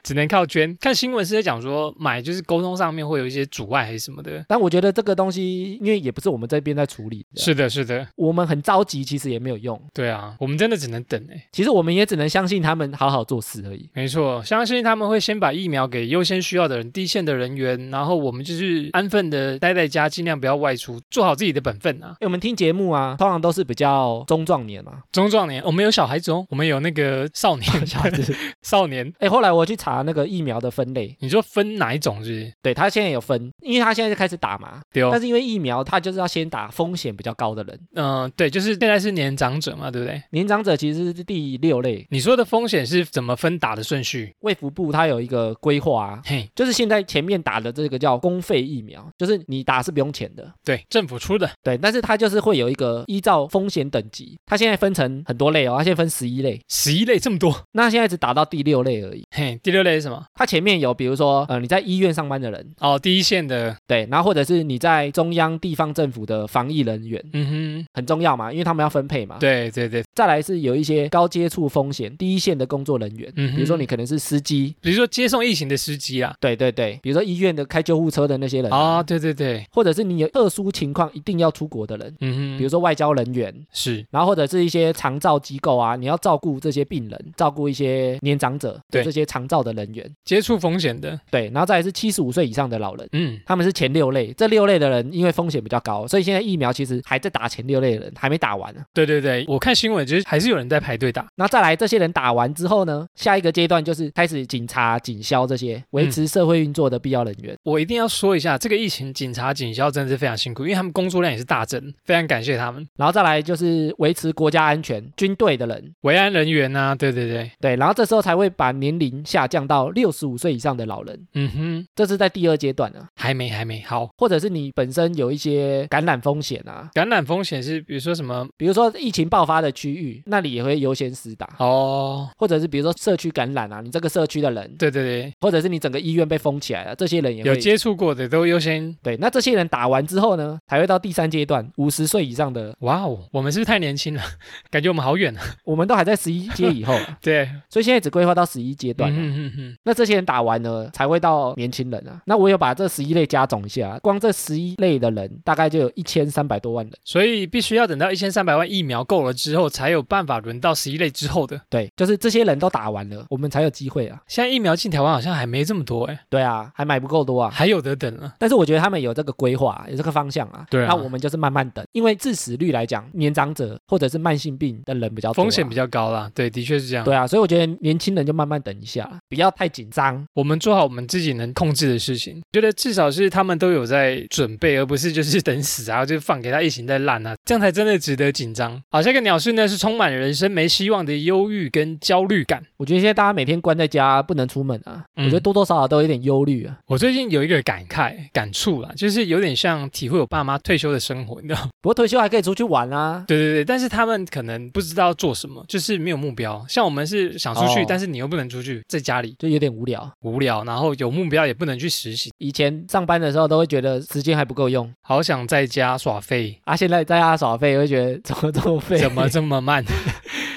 Speaker 1: 只能靠捐。看新闻是在讲说买就是沟通上面会有一些阻碍还是什么的。
Speaker 2: 但我觉得这个东西，因为也不是我们这边在处理的，
Speaker 1: 是的，是的，
Speaker 2: 我们很着急，其实也没有用。
Speaker 1: 对啊，我们真的只能等哎、
Speaker 2: 其实我们也只能相信他们好好做事而已。
Speaker 1: 没错，相信他们会先把疫苗给优先需要的人、第一线的人员，然后我们就是安分的待在家，尽量不要外出，做好自己的本分啊。
Speaker 2: 哎，我们听节目啊，通常都是比较中壮年嘛，
Speaker 1: 中壮年，我们有小孩子哦，我们有那个少年，
Speaker 2: [LAUGHS] 小孩子。
Speaker 1: [LAUGHS] 少年。
Speaker 2: 哎，后来我去查那个疫苗的分类，
Speaker 1: 你说分哪一种是不是？
Speaker 2: 对他现在有分，因为他现在就开始打嘛，
Speaker 1: 对哦
Speaker 2: 但，是因为疫苗，他就是要先打风险比较高的人，
Speaker 1: 嗯、对，就是现在是年长者嘛，对不对？
Speaker 2: 年长者其实是第六类。
Speaker 1: 你说的风险是怎么分打的顺序？
Speaker 2: 卫福部它有一个规划啊，
Speaker 1: 嘿，
Speaker 2: 就是现在前面打的这个叫公费疫苗，就是你打是不用钱的，
Speaker 1: 对，政府出的，
Speaker 2: 对，但是它就是会有一个依照风险等级，它现在分成很多类哦，它现在分十一类，
Speaker 1: 十一类这么多。
Speaker 2: 那现在只打到第六类而已。
Speaker 1: 嘿，第六类是什么？
Speaker 2: 它前面有比如说呃你在医院上班的人，
Speaker 1: 哦，第一线的，
Speaker 2: 对，然后或者是你在中央地方政府的防疫人员，
Speaker 1: 嗯
Speaker 2: 很重要嘛，因为他们要分配嘛
Speaker 1: 哼，。对对对，
Speaker 2: 再来是有一些高接触风险第一线的工作人员，
Speaker 1: 嗯哼
Speaker 2: 比如说你可能是司机，
Speaker 1: 比如说接送疫情的司机啊，
Speaker 2: 对对对，比如说医院的开救护车的那些人
Speaker 1: 啊、
Speaker 2: 啊，
Speaker 1: 对对对，
Speaker 2: 或者是你有特殊情况一定要出国的人，
Speaker 1: 嗯哼，
Speaker 2: 比如说外交人员。
Speaker 1: 是
Speaker 2: 然后或者是一些长照机构啊，你要照顾这些病人，照顾一些年长者，
Speaker 1: 对
Speaker 2: 这些长照的人员，
Speaker 1: 接触风险的，
Speaker 2: 对，然后再来是七十五岁以上的老人，
Speaker 1: 嗯，
Speaker 2: 他们是前六类，这六类的人因为风险比较高，所以现在疫苗其实还在打前六类的人，还没打完呢、啊
Speaker 1: 对对对，我看新闻就是还是有人在排队打，
Speaker 2: 那再来，这些人打完之后呢，下一个阶段就是开始警察、警消这些维
Speaker 1: 嗯
Speaker 2: 持社会运作的必要人员。
Speaker 1: 我一定要说一下，这个疫情警察警消真的是非常辛苦，因为他们工作量也是大增，非常感谢他们，
Speaker 2: 然后再来就是维持国家安全、军队的人，
Speaker 1: 维安人员啊，对对对，
Speaker 2: 对，然后这时候才会把年龄下降到六十五岁以上的老人，
Speaker 1: 嗯哼，
Speaker 2: 这是在第二阶段啊，
Speaker 1: 还没还没好。
Speaker 2: 或者是你本身有一些感染风险啊，
Speaker 1: 感染风险是，比如说什么
Speaker 2: 比如说疫情爆发的区域，那里也会优先施打，
Speaker 1: 哦，
Speaker 2: 或者是比如说社区感染啊，你这个社区的人，
Speaker 1: 对对对，
Speaker 2: 或者是你整个医院被封起来了，这些人也
Speaker 1: 有
Speaker 2: 会。
Speaker 1: 接触过的都优先。
Speaker 2: 对，那这些人打完之后呢，才会到第三阶段，五十岁以上的
Speaker 1: 哇哦，我们是不是太年轻了？ [LAUGHS] 感觉我们好远啊。
Speaker 2: 我们都还在十一阶以后，
Speaker 1: [LAUGHS]
Speaker 2: 啊
Speaker 1: 对，
Speaker 2: 所以现在只规划到十一阶段啊、
Speaker 1: 嗯嗯嗯，
Speaker 2: 那这些人打完呢，才会到年轻人啊。那我有把这十一类加总一下，光这十一类的人，大概就有一千三百多万人。
Speaker 1: 所以必须要等到一千三百万疫苗够了之后，才有办法轮到十一类之后的。
Speaker 2: 对，就是这些人都打完了，我们才有机会啊。
Speaker 1: 现在疫苗进台湾好像还没这么多哎，
Speaker 2: 对啊，还买不够多啊。
Speaker 1: 还有得等啊。
Speaker 2: 但是我觉得他们有这个规划，有这个方向啊。
Speaker 1: 对啊
Speaker 2: 那我们就是慢慢等，因为致死率来讲，年长者或者是慢性病的人比较多啊、
Speaker 1: 风险比较高啦，对，的确是这样。
Speaker 2: 对啊，所以我觉得年轻人就慢慢等一下，不要太紧张。
Speaker 1: 我们做好我们自己能控制的事情，觉得至少是他们都有在准备，而不是就是等死啊， [LAUGHS] 就放给他疫情再烂啊，这样才真的值得紧张。好，下一个鸟事呢是充满人生没希望的忧郁跟焦虑感。
Speaker 2: 我觉得现在大家每天关在家不能出门啊，
Speaker 1: 嗯
Speaker 2: 我觉得多多少少都有点忧虑啊。
Speaker 1: 我最近有一个感慨感触啦，就是有点像体会我爸妈退休的生活，你知道吗？ [LAUGHS]
Speaker 2: 不过退休还可以出去玩啊。
Speaker 1: 对对对，但是他们可能不知道做什么，就是没有目标。像我们是想出去，
Speaker 2: 哦
Speaker 1: 但是你又不能出去，在家里
Speaker 2: 就有点无聊。
Speaker 1: 无聊，然后有目标也不能去实习，
Speaker 2: 以前上班的时候都会觉得时间还不够用，
Speaker 1: 好想在家耍废。
Speaker 2: 啊，现在在家耍废会觉得怎么这么废？
Speaker 1: 怎么这么慢？
Speaker 2: [LAUGHS]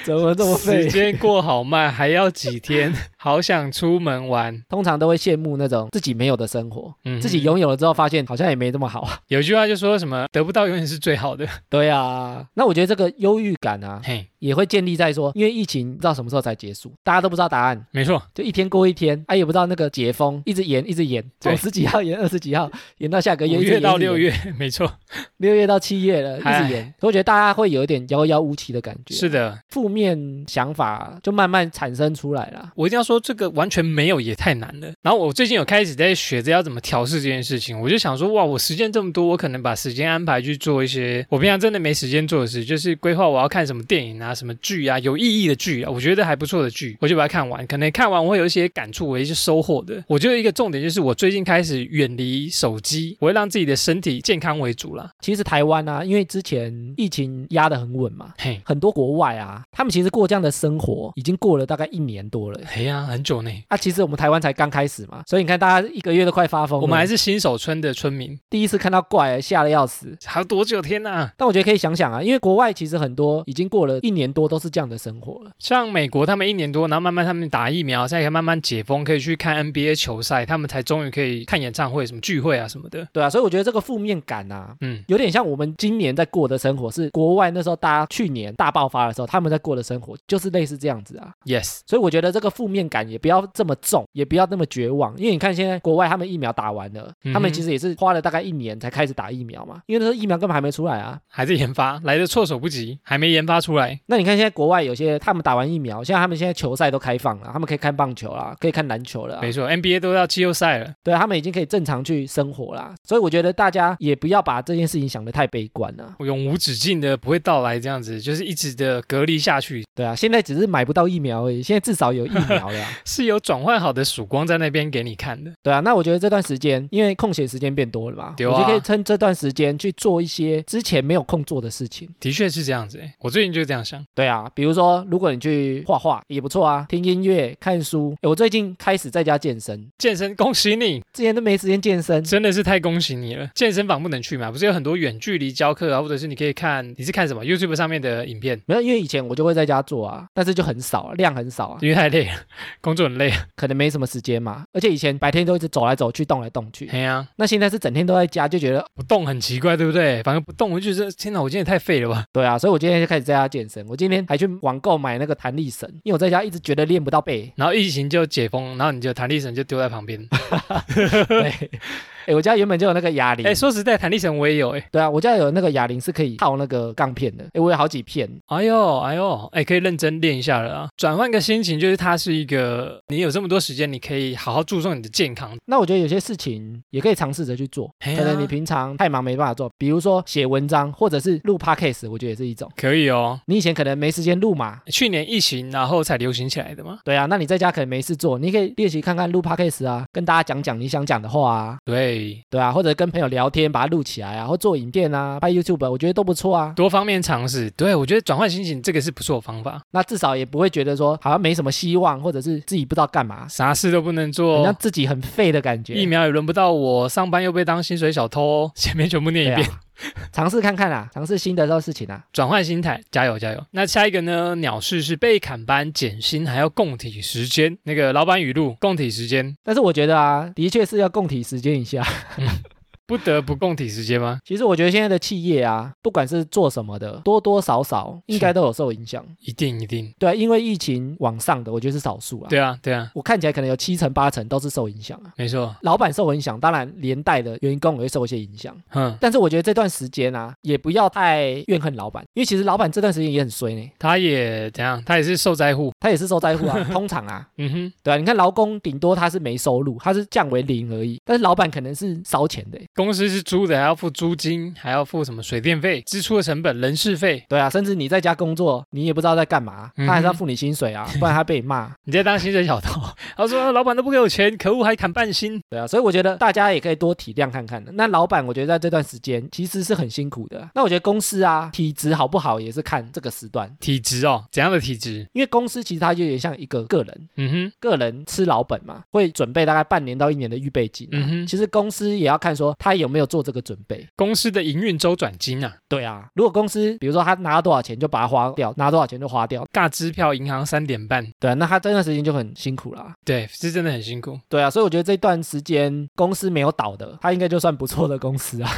Speaker 2: 怎么这么
Speaker 1: 时
Speaker 2: 废？
Speaker 1: 间过好慢，还要几
Speaker 2: [LAUGHS]
Speaker 1: 天？好想出门玩。
Speaker 2: 通常都会羡慕那种自己没有的生活，
Speaker 1: 嗯，
Speaker 2: 自己拥有了之后发现好像也没这么好啊。
Speaker 1: 有句话就说什么得不到永远是最好的。
Speaker 2: 对啊， [LAUGHS] 那我觉得这个忧郁感啊，
Speaker 1: 嘿，
Speaker 2: 也会建立在说，因为疫情不知道什么时候才结束，大家都不知道答案，
Speaker 1: 没错，
Speaker 2: 就一天过一天，啊也不知道那个解封，一直延一直延，
Speaker 1: 对
Speaker 2: 从十几号延二十几号，延到下个月，
Speaker 1: 五
Speaker 2: 一直
Speaker 1: 月
Speaker 2: 延
Speaker 1: 到六，
Speaker 2: 一直延
Speaker 1: 月，没错，
Speaker 2: 六月到七月了，一
Speaker 1: 唉
Speaker 2: 直延，所以我觉得大家会有一点遥遥无期的感觉，
Speaker 1: 是的，
Speaker 2: 负面想法就慢慢产生出来了。
Speaker 1: 我一定要说，这个完全没有也太难了。然后我最近有开始在学着要怎么调试这件事情，我就想说，哇，我时间这么多，我可能把时间安排去做一些我平常真的没时间做的事，就是规划我要看什么电影啊、什么剧啊、有意义的剧啊，我觉得还不错的剧，我就把它看完。可能看完我会有一些感触，我有一些收获的。我觉得一个重点就是，我最近开始远离手机，我会让自己的身体健康为主啦。
Speaker 2: 其实台湾啊，因为之前疫情压得很稳嘛，
Speaker 1: 嘿，
Speaker 2: 很多国外啊，他们其实过这样的生活已经过了大概一年多了。
Speaker 1: 哎呀，很久呢，
Speaker 2: 啊，其实我们台湾才刚开始嘛，所以你看大家一个月都快发疯了，
Speaker 1: 我们还是新手村的村民，
Speaker 2: 第一次看到怪，吓得要死。
Speaker 1: 还有多久？天呐！
Speaker 2: 但我觉得可以想想啊，因为国外其实很多已经过了一年多都是这样的生活了。
Speaker 1: 像美国，他们一年多，然后慢慢他们打疫苗，现在可以慢慢解封，可以去看 NBA 球赛，他们才终于可以看演唱会、什么聚会啊什么的。
Speaker 2: 对啊，所以我觉得这个负面感啊，
Speaker 1: 嗯，
Speaker 2: 有点像我们今年在过的生活，是国外那时候大家去年大爆发的时候，他们在过的生活就是类似这样子啊。
Speaker 1: Yes，
Speaker 2: 所以我觉得这个负面感也不要这么重，也不要那么绝望，因为你看现在国外他们疫苗打完了，他
Speaker 1: 嗯哼
Speaker 2: 们其实也是花了大概一年才开始打疫苗嘛，因为那时候疫苗根本还没出来啊。
Speaker 1: 还在研发，来的措手不及，还没研发出来。
Speaker 2: 那你看现在国外有些他们打完疫苗，像他们现在球赛都开放了，他们可以看棒球啦，可以看篮球了啊、
Speaker 1: 没错，NBA 都要季后赛了。
Speaker 2: 对他们已经可以正常去生活啦。所以我觉得大家也不要把这件事情想得太悲观啊了。
Speaker 1: 永无止境的不会到来，这样子就是一直的隔离下去，
Speaker 2: 对啊，现在只是买不到疫苗而已，现在至少有疫苗了啊、
Speaker 1: 是有转换好的曙光在那边给你看的。
Speaker 2: 对啊，那我觉得这段时间因为空闲时间变多了嘛，
Speaker 1: 对啊
Speaker 2: 我就可以趁这段时间去做一些之前没有空做的事情。
Speaker 1: 的确是这样子，欸我最近就这样想。
Speaker 2: 对啊，比如说如果你去画画也不错啊，听音乐、看书。诶我最近开始在家健身，
Speaker 1: 健身，恭喜你，
Speaker 2: 之前都没时间健身。
Speaker 1: 真的是太恭喜你了！健身房不能去嘛？不是有很多远距离教课啊，或者是你可以看，你是看什么 YouTube 上面的影片？
Speaker 2: 没有，因为以前我就会在家做啊，但是就很少啊，量很少啊，
Speaker 1: 因为太累了，工作很累。
Speaker 2: 可能没什么时间嘛。而且以前白天都一直走来走去，动来动去。
Speaker 1: 哎呀、
Speaker 2: 那现在是整天都在家，就觉得
Speaker 1: 不动很奇怪，对不对？反正不动，我就觉得天哪，我今天也太废了吧！。
Speaker 2: 对啊，所以我今天就开始在家健身。我今天还去网购买那个弹力绳，因为我在家一直觉得练不到背
Speaker 1: 然后疫情就解封，然后你就弹力绳就丢在旁边。 [LAUGHS]
Speaker 2: 对，哎、我家原本就有那个哑铃
Speaker 1: 哎，。说实在，弹力绳我也有哎。
Speaker 2: 对啊，我家有那个哑铃是可以套那个钢片的。哎，我有好几片。
Speaker 1: 哎呦，哎呦，哎，可以认真练一下了啊！转换个心情，就是它是一个，你有这么多时间，你可以好好注重你的健康。
Speaker 2: 那我觉得有些事情也可以尝试着去做，
Speaker 1: 哎呀
Speaker 2: 可能你平常太忙没办法做，比如说写文章或者是录 podcast，我觉得也是一种。
Speaker 1: 可以哦，
Speaker 2: 你以前可能没时间录嘛，
Speaker 1: 去年疫情然后才流行起来的嘛。
Speaker 2: 对啊，那你在家可能没事做，你可以练习看看录 podcast 啊，跟大家讲讲你想讲的话啊，
Speaker 1: 对，
Speaker 2: 对啊，或者跟朋友聊天把它录起来啊，或做影片啊，拍 YouTube，我觉得都不错啊。
Speaker 1: 多方面尝试。对我觉得转换心情这个是不错的方法，
Speaker 2: 那至少也不会觉得说好像没什么希望，或者是自己不知道干嘛，
Speaker 1: 啥事都不能
Speaker 2: 好
Speaker 1: 做
Speaker 2: 像。自己很废的感觉。
Speaker 1: 疫苗也轮不到我，上班又被当薪水小偷，哦 [LAUGHS] 前面全部念一
Speaker 2: 对
Speaker 1: 遍。
Speaker 2: 啊， [LAUGHS] 尝试看看啊，尝试新的事情啊。
Speaker 1: 转换心态，加油加油！那下一个呢？鸟事是被砍班、减薪，还要供体时间。那个老板语录：供体时间，
Speaker 2: 但是我觉得啊，的确是要共体时间一下。 [LAUGHS]
Speaker 1: 不得不供体时间吗？
Speaker 2: 其实我觉得现在的企业啊，不管是做什么的，多多少少应该都有受影响。
Speaker 1: [LAUGHS] 一定一定，
Speaker 2: 对啊，因为疫情往上的，我觉得是少数啊。
Speaker 1: 对啊对啊，
Speaker 2: 我看起来可能有七成八成都是受影响啊。
Speaker 1: 没错，
Speaker 2: 老板受影响，当然连带的员工也会受一些影响。
Speaker 1: 哼，
Speaker 2: 但是我觉得这段时间啊，也不要太怨恨老板，因为其实老板这段时间也很衰呢，
Speaker 1: 他也怎样？他也是受灾户。
Speaker 2: 他也是受灾
Speaker 1: [LAUGHS]
Speaker 2: 户啊。通常啊，
Speaker 1: 嗯哼，
Speaker 2: 对啊，你看劳工顶多他是没收入，他是降为零而已，但是老板可能是烧钱的欸，
Speaker 1: 公司是租的，还要付租金，还要付什么水电费、支出的成本、人事费。
Speaker 2: 对啊，甚至你在家工作，你也不知道在干嘛，
Speaker 1: 嗯哼
Speaker 2: 他还是要付你薪水啊，不然他被骂。
Speaker 1: 你在当薪水小偷？ [LAUGHS] 他说老板都不给我钱，可恶，还砍半薪。
Speaker 2: 对啊，所以我觉得大家也可以多体谅看看的。那老板，我觉得在这段时间其实是很辛苦的啊。那我觉得公司啊，体质好不好也是看这个时段，
Speaker 1: 体质哦，怎样的体质？
Speaker 2: 因为公司其实它就有点像一个个人，
Speaker 1: 嗯哼，
Speaker 2: 个人吃老本嘛，会准备大概半年到一年的预备金啊、
Speaker 1: 嗯哼
Speaker 2: 其实公司也要看说他有没有做这个准备？
Speaker 1: 公司的营运周转金啊，
Speaker 2: 对啊，如果公司比如说他拿到多少钱就把它花掉，拿多少钱就花掉，
Speaker 1: 尬支票银行三点半，
Speaker 2: 对啊，那他这段时间就很辛苦啦。
Speaker 1: 对，是真的很辛苦。
Speaker 2: 对啊，所以我觉得这段时间公司没有倒的，他应该就算不错的公司啊。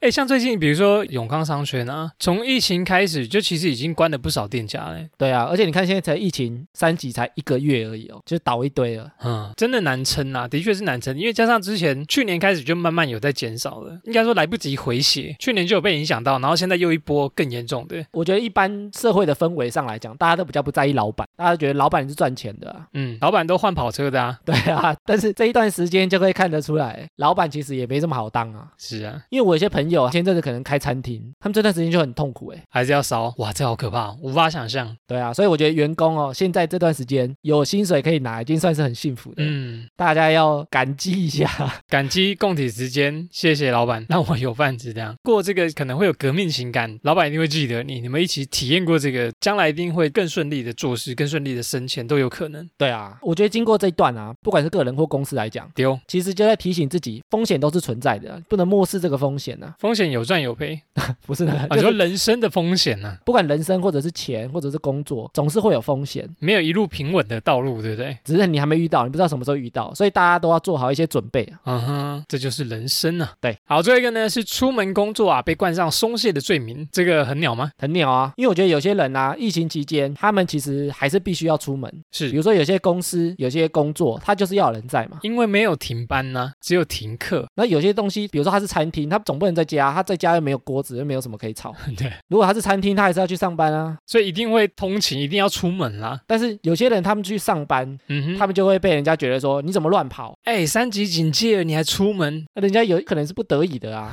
Speaker 1: 哎，像最近比如说永康商圈啊，从疫情开始就其实已经关了不少店家嘞，
Speaker 2: 对啊，而且你看现在才疫情三级才一个月而已哦，就倒一堆了。
Speaker 1: 嗯，真的难撑啊，的确是难撑，因为加上之前去年开始就慢慢有在减少了，应该说来不及回血，去年就有被影响到，然后现在又一波更严重的，
Speaker 2: 我觉得一般社会的氛围上来讲，大家都比较不在意老板，大家都觉得老板是赚钱的、啊，
Speaker 1: 嗯，老板都换跑车的啊，
Speaker 2: 对啊。但是这一段时间就可以看得出来，老板其实也没这么好当啊。
Speaker 1: 是啊，
Speaker 2: 因为我有些朋友前阵子可能开餐厅，他们这段时间就很痛苦哎、
Speaker 1: 还是要烧，哇，这好可怕哦，无法想象，
Speaker 2: 对啊，所以我觉得员工哦，现在这段时间有薪水可以拿，已经算是很幸福的，
Speaker 1: 嗯，
Speaker 2: 大家要感激一下。
Speaker 1: 感激共体之间，谢谢老板 [LAUGHS] 让我有饭吃。这样过这个可能会有革命情感，老板一定会记得你，你们一起体验过这个，将来一定会更顺利的做事，更顺利的升迁都有可能。
Speaker 2: [LAUGHS] 对啊，我觉得经过这一段啊，不管是个人或公司来讲，
Speaker 1: 丢
Speaker 2: 其实就在提醒自己，风险都是存在的，不能漠视这个风险呐、
Speaker 1: 风险有赚有赔，
Speaker 2: 啊。不是呢，
Speaker 1: 啊，
Speaker 2: [LAUGHS] 就
Speaker 1: 你说
Speaker 2: 是
Speaker 1: 人生的风险啊呢、
Speaker 2: 不管人生或者是钱或者是工作，总是会有风险，
Speaker 1: 没有一路平稳的道路，对不对？
Speaker 2: 只是你还没遇到，你不知道什么时候遇到，所以大家都要做好一些准备啊。
Speaker 1: 嗯哼，这就是人生啊。
Speaker 2: 对，
Speaker 1: 好，最后一个呢是出门工作啊，被冠上松懈的罪名，这个很鸟吗？
Speaker 2: 很鸟啊，因为我觉得有些人啊，疫情期间他们其实还是必须要出门，比
Speaker 1: 是
Speaker 2: 如说有些公司有些工作，他就是要有人在嘛。
Speaker 1: 因为没有停班呢、只有停课。 [LAUGHS]
Speaker 2: 那有些东西，比如说他是餐厅，他总不能在家，他在家又没有锅子，又没有什么可以炒。
Speaker 1: 对，
Speaker 2: 如果他是餐厅，他还是要去上班啊。
Speaker 1: 所以一定会通勤，一定要出门啦。
Speaker 2: 但是有些人他们去上班，
Speaker 1: 嗯哼，
Speaker 2: 他们就会被人家觉得说你怎么乱跑，
Speaker 1: 哎，三级警戒了，你还出门？
Speaker 2: 那人家有可能是不得已的
Speaker 1: [LAUGHS]
Speaker 2: 啊，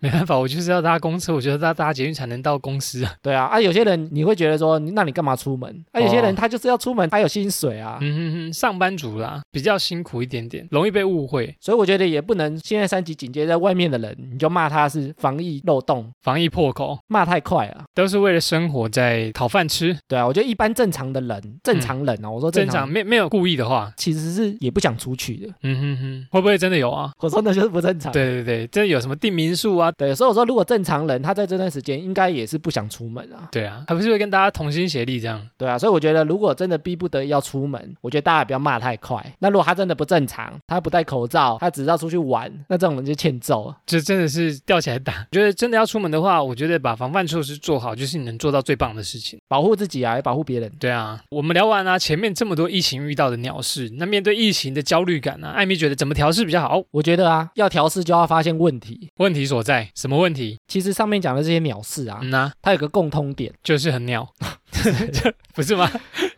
Speaker 1: 没办法，我就是要搭公车，我觉得搭搭捷运才能到公司啊。
Speaker 2: 对啊，啊有些人你会觉得说，那你干嘛出门？啊有些人
Speaker 1: 哦
Speaker 2: 他就是要出门，他有薪水啊，
Speaker 1: 嗯哼哼，上班族啦，比较辛苦一点点，容易被误会。
Speaker 2: 所以我觉得也不能现在三级警戒在外面的人，你就骂他是防疫漏洞，
Speaker 1: 防疫破口
Speaker 2: 骂太快了，
Speaker 1: 都是为了生活在讨饭吃，
Speaker 2: 对啊，我觉得一般正常的人，正常人哦，我说
Speaker 1: 正
Speaker 2: 正
Speaker 1: 常
Speaker 2: 常。
Speaker 1: 没没有故意的话，
Speaker 2: 其实是也不想出去的，
Speaker 1: 嗯哼哼，会不会真的有啊？
Speaker 2: 我说那就是不正常。
Speaker 1: 对对对，这有什么订民宿啊？
Speaker 2: 对，所以我说，如果正常人他在这段时间应该也是不想出门啊，
Speaker 1: 对啊，还不是会跟大家同心协力这样？
Speaker 2: 对啊，所以我觉得如果真的逼不得已要出门，我觉得大家也不要骂太快。那如果他真的不正常，他不戴口罩，他只知道出去玩，那这种人就欠揍。
Speaker 1: 这真的是吊起来打。 [LAUGHS] 觉得真的要出门的话，我觉得把防范措施做好，就是你能做到最棒的事情。
Speaker 2: 保护自己啊，也保护别人。
Speaker 1: 对啊，我们聊完啊，前面这么多疫情遇到的鸟事，那面对疫情的焦虑感呢、啊，艾米觉得怎么调试比较好？
Speaker 2: 我觉得啊，要调试就要发现问题。
Speaker 1: 问题所在，什么问题？
Speaker 2: 其实上面讲的这些鸟事啊，
Speaker 1: 嗯呐、
Speaker 2: 它有个共通点，
Speaker 1: 就是很
Speaker 2: [LAUGHS]
Speaker 1: 鸟，就不是吗？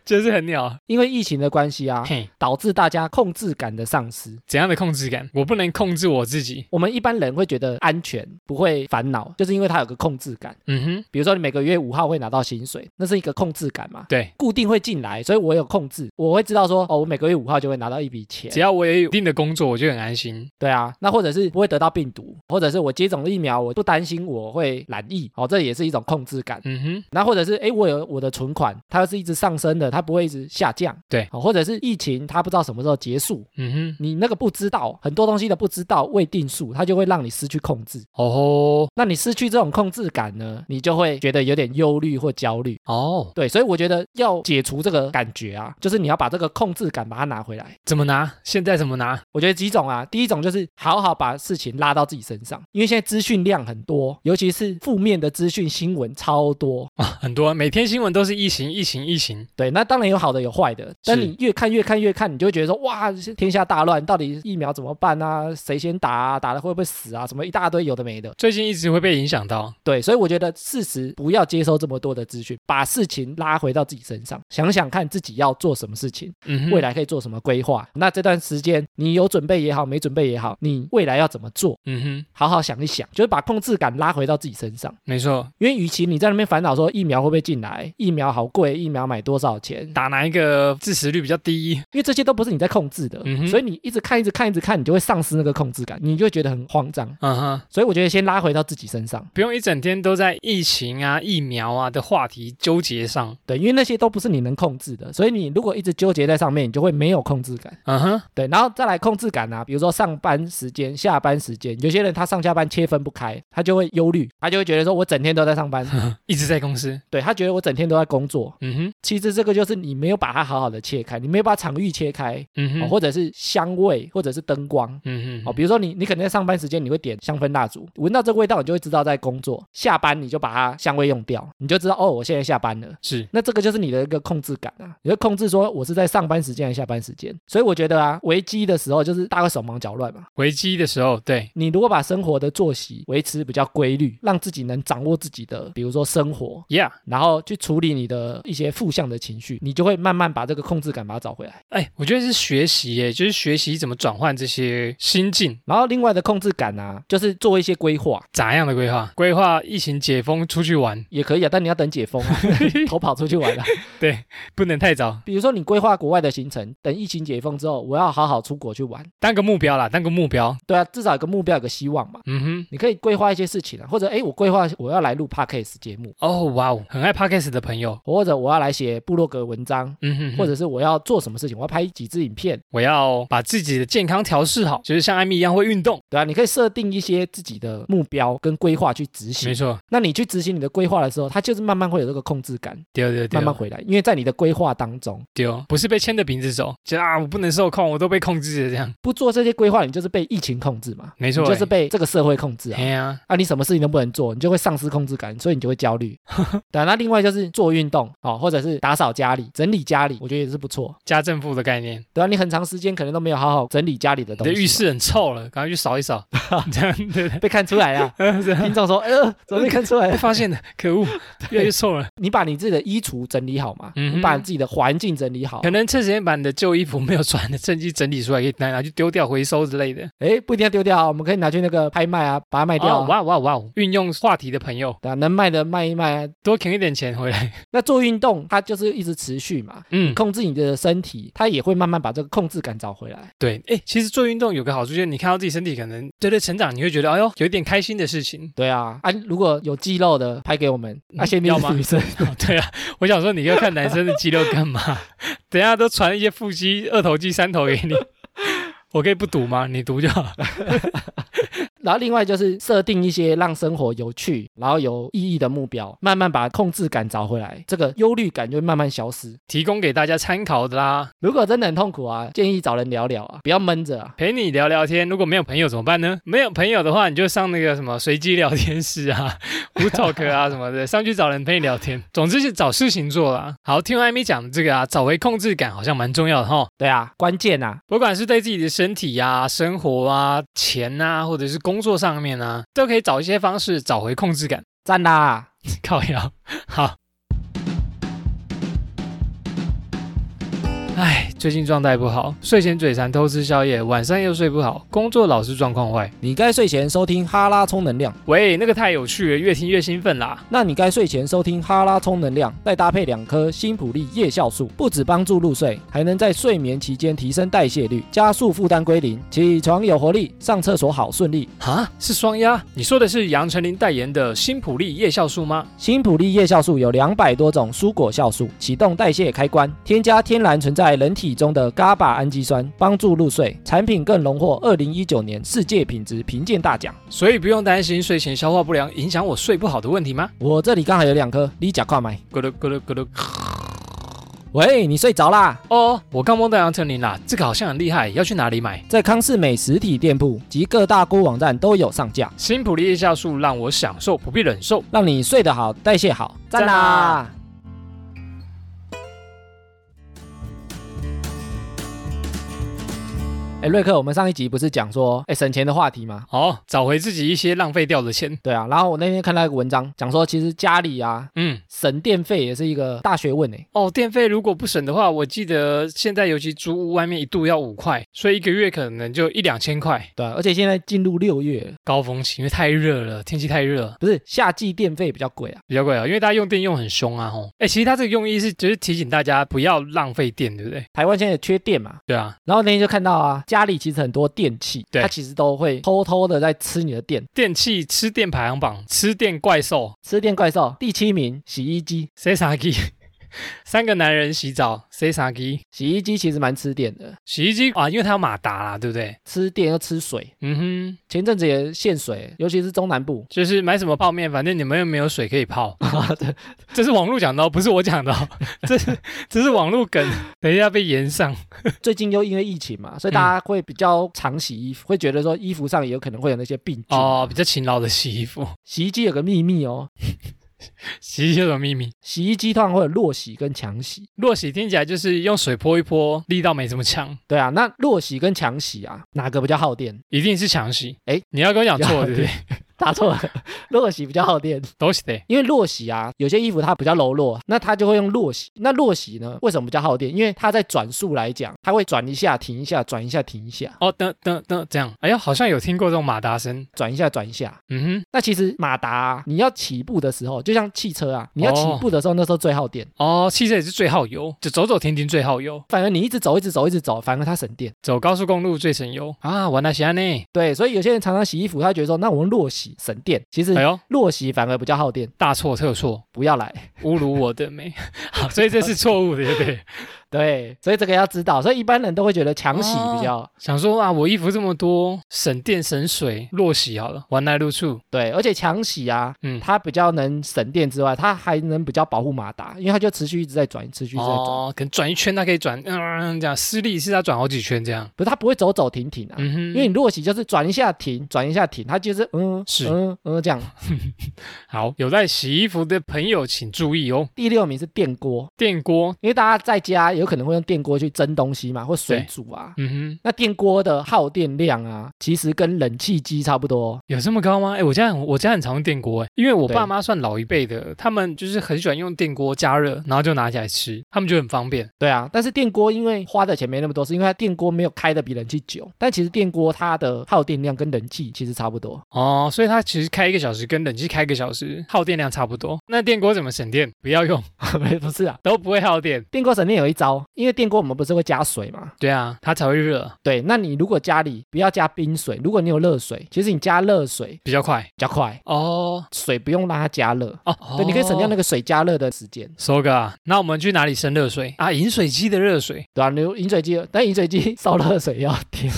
Speaker 1: 就是很鸟。
Speaker 2: 因为疫情的关系啊，
Speaker 1: 嘿，
Speaker 2: 导致大家控制感的丧失。
Speaker 1: 怎样的控制感？我不能控制我自己。
Speaker 2: 我们一般人会觉得安全，不会烦恼，就是因为它有个控制感。
Speaker 1: 嗯哼，
Speaker 2: 比如说你每个月五号会拿到薪水，那是一个控制感嘛，
Speaker 1: 对，
Speaker 2: 固定会进来，所以我有控制，我会知道说，哦，我每个月五号就会拿到一笔钱
Speaker 1: 只。要我也有一定的工作，我就很安心。
Speaker 2: 对啊，那或者是不会得到病毒，或者是我接种了疫苗，我不担心我会染疫，哦，这也是一种控制感。
Speaker 1: 嗯哼，
Speaker 2: 那或者是诶，我有我的存款，它是一直上升的，它不会一直下降。
Speaker 1: 对
Speaker 2: 哦，或者是疫情，它不知道什么时候结束，
Speaker 1: 嗯哼，
Speaker 2: 你那个不知道，很多东西的不知道未定数，它就会让你失去控制。
Speaker 1: 哦
Speaker 2: 那你失去这种控制感呢，你就会觉得有点忧虑或焦虑。
Speaker 1: 哦，
Speaker 2: 对，所以我觉得要解除这个感觉啊，就是你要把这个控制感把它拿回来。
Speaker 1: 怎么拿？现在怎么拿？
Speaker 2: 我觉得几种啊，第一种就是好好把事情拉到自己身上，因为现在资讯量很多，尤其是负面的资讯新闻超多。
Speaker 1: 很多，啊每天新闻都是疫情，疫情，疫情。
Speaker 2: 对，那当然有好的有坏的，但
Speaker 1: 是
Speaker 2: 你越看越看越看，你就会觉得说哇，天下大乱，到底疫苗怎么办啊？谁先打啊？打了会不会死啊？什么一大堆有的没的。
Speaker 1: 最近一直会被影响到。
Speaker 2: 对，所以我觉得事实不要接收这么多的资讯，把事情拉回到自己身上，想想看自己要做什么事情。
Speaker 1: 嗯哼，
Speaker 2: 未来可以做什么规划？那这段时间你有准备也好，没准备也好，你未来要怎么做？
Speaker 1: 嗯哼，
Speaker 2: 好好想一想，就是把控制感拉回到自己身上。
Speaker 1: 没错，
Speaker 2: 因为与其你在那边烦恼说疫苗会不会进来，疫苗好贵，疫苗买多少钱，
Speaker 1: 打哪一个致死率比较低？
Speaker 2: 因为这些都不是你在控制的，
Speaker 1: 嗯哼
Speaker 2: 所以你一直看，一直看，一直看，你就会丧失那个控制感，你就会觉得很慌张。
Speaker 1: 嗯哼，
Speaker 2: 所以我觉得先拉回到自己身上，
Speaker 1: 不用一整天都在疫情啊、疫苗啊的话题纠结上。
Speaker 2: 对，因为那些都不是你能控制的，所以你如果一直纠结在上面，你就会没有控制感。
Speaker 1: 嗯哼，
Speaker 2: 对，然后再来控制感啊，比如说上班时间、下班时间，有些人他上下班切分不开，他就会忧虑，他就会觉得说我整天都在上
Speaker 1: [LAUGHS]
Speaker 2: 班，
Speaker 1: 一直在公司。
Speaker 2: 对他觉得我整天都在工作。
Speaker 1: 嗯哼，
Speaker 2: 其实这个就是你没有把它好好的切开，你没有把场域切开，
Speaker 1: 嗯
Speaker 2: 哦、
Speaker 1: 哼，
Speaker 2: 或者是香味，或者是灯光，
Speaker 1: 嗯
Speaker 2: 哦，
Speaker 1: 哼，
Speaker 2: 比如说你，你可能在上班时间你会点香氛蜡烛，闻到这个味道，你就会知道在工作。下班你就把它香味用掉，你就知道哦，我现在下班了。
Speaker 1: 是，
Speaker 2: 那这个就是你的一个控制感啊，你会控制说我是在上班时间还是下班时间。所以我觉得啊，危机的时候就是大家会手忙脚乱嘛。
Speaker 1: 危机的时候，对，
Speaker 2: 你如果把生活的作息维持比较规律，让自己能掌握自己的，比如说生活，
Speaker 1: ，Yeah。
Speaker 2: 然后去处理你的一些负向的情绪，你就会慢慢把这个控制感把它找回来。
Speaker 1: 哎，我觉得是学习耶，就是学习怎么转换这些心境，
Speaker 2: 然后另外的控制感啊，就是做一些规划。
Speaker 1: 咋样的规划？规划疫情解封出去玩，
Speaker 2: 也可以啊，但你要等解封啊，偷跑出去玩啊。
Speaker 1: [LAUGHS] 不能太早，
Speaker 2: 比如说你规划国外的行程，等疫情解封之后，我要好好出国去玩。
Speaker 1: 当个目标啦，当个目标。
Speaker 2: 对啊，至少有个目标，有个希望嘛。
Speaker 1: 嗯哼，
Speaker 2: 你可以规划一些事情啊，或者诶，我规划我要来录 podcast 节目，
Speaker 1: 哦，哇哦，很爱 podcast 的朋友，
Speaker 2: 或者我要来写部落格文章，
Speaker 1: 嗯哼哼，
Speaker 2: 或者是我要做什么事情，我要拍几支影片，
Speaker 1: 我要把自己的健康调试好，就是像艾米一样会运动。
Speaker 2: 对啊，你可以设定一些自己的目标跟规划去执
Speaker 1: 没
Speaker 2: 行。
Speaker 1: 错，
Speaker 2: 那你去执行你的规划的时候，它就是慢慢会有这个控制感，
Speaker 1: 丢丢丢
Speaker 2: 慢慢回来，因为在你的规划当中，
Speaker 1: 丢，不是被牵着鼻子走，就啊，我不能受控，我都被控制了这样。
Speaker 2: 不做这些规划，你就是被疫情控制嘛，
Speaker 1: 没
Speaker 2: 你
Speaker 1: 错，
Speaker 2: 就是被这个社会控制啊
Speaker 1: 哎。呀，
Speaker 2: 啊，你什么事情都不能做，你就会丧失控制感，所以你就会焦
Speaker 1: [LAUGHS]
Speaker 2: 虑。对啊、那另外就是做运动哦，或者是打扫家里、整理家里，我觉得也是不错。
Speaker 1: 家政妇的概念，
Speaker 2: 对啊，你很长时间可能都没有好好整理家里的
Speaker 1: 你
Speaker 2: 东西
Speaker 1: 的
Speaker 2: 嘛，
Speaker 1: 浴室很臭了，赶快去扫一
Speaker 2: [LAUGHS]
Speaker 1: 扫，这样对对。
Speaker 2: 被看出来
Speaker 1: [LAUGHS]
Speaker 2: 了。
Speaker 1: 啊
Speaker 2: 听众说：“哎呦，怎么被看出来
Speaker 1: 被
Speaker 2: 了？
Speaker 1: 发现的，可
Speaker 2: [LAUGHS]
Speaker 1: 恶，越来越臭了。
Speaker 2: 你把你自己的衣橱整理好嘛，
Speaker 1: 嗯哼
Speaker 2: 你把自己的环境整理好
Speaker 1: 可。能趁时间把你的旧衣服没有穿的趁机整理出来，可以拿拿去丢掉、回收之类的。
Speaker 2: 哎，不一定要丢掉啊，我们可以拿去那个拍卖啊，把它卖掉
Speaker 1: 哦
Speaker 2: 啊、
Speaker 1: 哇哇哇哦！运用话题的朋友，
Speaker 2: 对啊，能卖的卖一卖啊。
Speaker 1: 多存一点钱回
Speaker 2: [LAUGHS]
Speaker 1: 来。
Speaker 2: 那做运动，它就是一直持续嘛，
Speaker 1: 嗯，
Speaker 2: 控制你的身体，它也会慢慢把这个控制感找回来。
Speaker 1: 对，哎，其实做运动有个好处，就是你看到自己身体可能对对成长，你会觉得哎呦有一点开心的事情。
Speaker 2: 对啊，啊，如果有肌肉的拍给我们，啊，
Speaker 1: 嗯
Speaker 2: 先定
Speaker 1: 要吗
Speaker 2: 是女生， [LAUGHS]
Speaker 1: 对啊，我想说你要看男生的肌肉干嘛？ [LAUGHS] 等一下都传一些腹肌、二头肌、三头给你， [LAUGHS] 我可以不读吗？你读就好。
Speaker 2: 然后另外就是设定一些让生活有趣，然后有意义的目标，慢慢把控制感找回来，这个忧虑感就会慢慢消失。
Speaker 1: 提供给大家参考的啦，
Speaker 2: 如果真的很痛苦啊，建议找人聊聊啊，不要闷着啊。
Speaker 1: 陪你聊聊天。如果没有朋友怎么办呢？没有朋友的话，你就上那个什么随机聊天室啊、 [LAUGHS] 无 talk 啊什么的，上去找人陪你聊天。总之是找事情做啦。好，听完艾米讲的这个啊，找回控制感好像蛮重要的哈。
Speaker 2: 对啊，关键啊，
Speaker 1: 不管是对自己的身体啊、生活啊、钱啊，或者是工作上面啊，都可以找一些方式找回控制感。
Speaker 2: 赞啦！
Speaker 1: 靠腰，好。唉，最近状态不好，睡前嘴馋偷吃宵夜，晚上又睡不好，工作老是状况坏。
Speaker 2: 你该睡前收听哈拉充能量，
Speaker 1: 喂，那个太有趣了，越听越兴奋啦。
Speaker 2: 那你该睡前收听哈拉充能量，再搭配两颗新普利夜酵素，不止帮助入睡，还能在睡眠期间提升代谢率，加速负担归零，起床有活力，上厕所好顺利，
Speaker 1: 啊，是双鸭？你说的是杨丞琳代言的新普利夜酵素吗？
Speaker 2: 新普利叶酵素有两百多种蔬果酵素，启动代谢开关，添加天然存在人体中的 GABA 氨基酸，帮助入睡。产品更荣获二零一九年世界品质评鉴大奖。
Speaker 1: 所以不用担心睡前消化不良影响我睡不好的问题吗？
Speaker 2: 我这里刚好有两颗，你假快买。
Speaker 1: 咕噜咕噜咕噜。
Speaker 2: 喂，你睡着啦？
Speaker 1: 哦，我刚梦到杨丞琳啦，这个好像很厉害，要去哪里买？
Speaker 2: 在康士美实体店铺及各大购物网站都有上架，
Speaker 1: 新普利夜酵素让我享受，不必忍受。
Speaker 2: 让你睡得好，代谢好，赞
Speaker 1: 赞
Speaker 2: 啊啦
Speaker 1: 啦！
Speaker 2: 哎，瑞克，我们上一集不是讲说，哎，省钱的话题吗？
Speaker 1: 哦，找回自己一些浪费掉的钱。
Speaker 2: 对啊，然后我那天看到一个文章，讲说其实家里啊
Speaker 1: 嗯，
Speaker 2: 省电费也是一个大学问哎。
Speaker 1: 哦，电费如果不省的话，我记得现在尤其租屋外面一度要五块，所以一个月可能就一两千块。
Speaker 2: 对啊、而且现在进入六月了，
Speaker 1: 高峰期，因为太热了，天气太热了，
Speaker 2: 不是夏季电费比较贵啊。
Speaker 1: 比较贵啊，因为大家用电用很凶啊，吼。哎，其实它这个用意是，就是提醒大家不要浪费电，对不对？
Speaker 2: 台湾现在也缺电嘛，
Speaker 1: 对啊，
Speaker 2: 然后那天就看到啊，家里其实很多电器，
Speaker 1: 对
Speaker 2: 它其实都会偷偷的在吃你的电。
Speaker 1: 电器吃电排行榜，吃电怪兽，
Speaker 2: 吃电怪兽第七名，洗衣机。
Speaker 1: 谁傻鸡？ [LAUGHS] 三个男人洗澡，谁傻鸡？
Speaker 2: 洗衣机其实蛮吃电的，
Speaker 1: 洗衣机啊，因为它有马达啦，对不对？
Speaker 2: 吃电又吃水。
Speaker 1: 嗯哼，。
Speaker 2: 前阵子也限水，尤其是中南部
Speaker 1: 就是买什么泡面，反正你们又没有水可以 [LAUGHS] 泡。
Speaker 2: 对
Speaker 1: 这是网络讲的、哦，不是我讲 [LAUGHS] 的、哦，这是这是网络梗，等一下被延上。
Speaker 2: 最近又因为疫情嘛，所以大家会比较常洗衣服，会觉得说衣服上也有可能会有那些病菌。
Speaker 1: 哦，比较勤劳的洗衣服，
Speaker 2: 洗衣机有个秘密哦，
Speaker 1: 洗衣机有什么秘密？
Speaker 2: 洗衣机通常会有弱洗跟强洗。
Speaker 1: 弱洗听起来就是用水泼一泼，力道没这么强，
Speaker 2: 对啊，那弱洗跟强洗啊，哪个比较耗电？
Speaker 1: 一定是强洗。
Speaker 2: 诶
Speaker 1: 你要跟我讲错了对不对？
Speaker 2: 答错了，弱洗比较耗电。
Speaker 1: [LAUGHS] 都是的。
Speaker 2: 因为弱洗啊，有些衣服它比较柔弱，那它就会用弱洗。那弱洗呢，为什么比较耗电？因为它在转速来讲，它会转一下停一下，转一下停一下，
Speaker 1: 哦，等等等，这样，哎呀，好像有听过这种马达声。
Speaker 2: 转一下转一下。
Speaker 1: 嗯
Speaker 2: 那其实马达啊、你要起步的时候，就像汽车啊，你要起
Speaker 1: 哦
Speaker 2: 步的时候，那时候最耗电。
Speaker 1: 哼，哦，汽车也是最耗油，就走走停停最耗油，
Speaker 2: 反而你一直走，一直走，一直走，反而它省电。
Speaker 1: 走高速公路最省油啊！完了，安呢？
Speaker 2: 对，所以有些人常常洗衣服，他觉得说，那我用弱洗省电，其实
Speaker 1: 哎呦，
Speaker 2: 弱洗反而比较耗电，
Speaker 1: 大错特错，
Speaker 2: 不要来。
Speaker 1: 侮辱我的美。 [LAUGHS] 好，所以这是错误的，对不对？
Speaker 2: 对，所以这个要知道，所以一般人都会觉得强洗比较、
Speaker 1: 想说啊，我衣服这么多，省电省水，落洗好了，完来入处。
Speaker 2: 对，而且强洗啊，
Speaker 1: 嗯
Speaker 2: 它比较能省电之外，它还能比较保护马达，因为它就持续一直在转，持续一直在转，
Speaker 1: 哦，可能转一圈，它可以转，嗯，这样施力是它转好几圈这样。
Speaker 2: 不是它不会走走停停啊。
Speaker 1: 嗯哼，
Speaker 2: 因为你弱洗就是转一下停，转一下停，它就是嗯
Speaker 1: 是
Speaker 2: 嗯嗯这样。
Speaker 1: 好，有在洗衣服的朋友请注意哦，
Speaker 2: 第六名是电锅，
Speaker 1: 电锅，
Speaker 2: 因为大家在家有可能会用电锅去蒸东西嘛，或水
Speaker 1: 对
Speaker 2: 煮啊。
Speaker 1: 嗯哼，
Speaker 2: 那电锅的耗电量啊，其实跟冷气机差不多。
Speaker 1: 有这么高吗？哎，我家很我家很常用电锅，哎，因为我
Speaker 2: 对
Speaker 1: 爸妈算老一辈的，他们就是很喜欢用电锅加热，然后就拿起来吃，他们觉得很方便。
Speaker 2: 对啊，但是电锅因为花的钱没那么多，是因为它电锅没有开的比冷气久。但其实电锅它的耗电量跟冷气其实差不多。 [LAUGHS]
Speaker 1: 哦，所以它其实开一个小时跟冷气开一个小时耗电量差不多。那电锅怎么省电？不要用，
Speaker 2: 不是啊，
Speaker 1: 都不会耗电。
Speaker 2: 电锅省电有一招，因为电锅我们不是会加水嘛？
Speaker 1: 对啊，它才会热，
Speaker 2: 对，那你如果家里不要加冰水，如果你有热水，其实你加热水
Speaker 1: 比较快。
Speaker 2: 比较快，
Speaker 1: 哦
Speaker 2: 水不用让它加热。
Speaker 1: 哦，
Speaker 2: 对，你可以省掉那
Speaker 1: 个。
Speaker 2: 个水加热的时间，
Speaker 1: 搜哥啊，那我们去哪里生热水啊？饮水机的热水， [LAUGHS]
Speaker 2: 对吧、啊你有饮水机，但饮水机烧热水要电，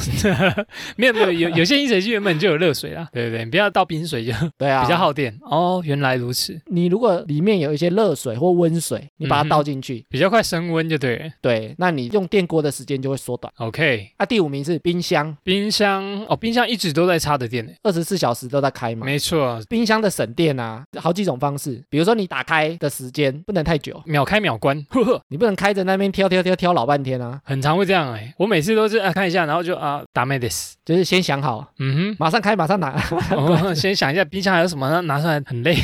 Speaker 1: 没有没有，有有些饮水机原本就有热水啦，对对对，你不要倒冰水就比
Speaker 2: 对啊，
Speaker 1: 较。耗电。哦，原来如此，
Speaker 2: 你如果里面有一些热水或温水，你把
Speaker 1: 嗯哼
Speaker 2: 它倒进去，
Speaker 1: 比较快升温就对了。
Speaker 2: 对，那你用电锅的时间就会缩短。
Speaker 1: OK，
Speaker 2: 啊，第五名是冰箱，
Speaker 1: 冰箱哦，冰箱一直都在插着电呢。
Speaker 2: 二十四小时都在开嘛。
Speaker 1: 没错，
Speaker 2: 冰箱的省电啊，好几种方式，比如说你打开的时间不能
Speaker 1: [LAUGHS]
Speaker 2: 太久，
Speaker 1: 秒开秒关，呵呵，
Speaker 2: 你不能开着那边挑挑挑挑老半天啊，
Speaker 1: 很常会这样哎。我每次都是啊看一下，然后就啊打没得死。
Speaker 2: 就是先想好，
Speaker 1: 嗯
Speaker 2: 马上开，马上拿。 [LAUGHS]
Speaker 1: 哼，我先想一下冰箱还有什么，然后拿出来很累。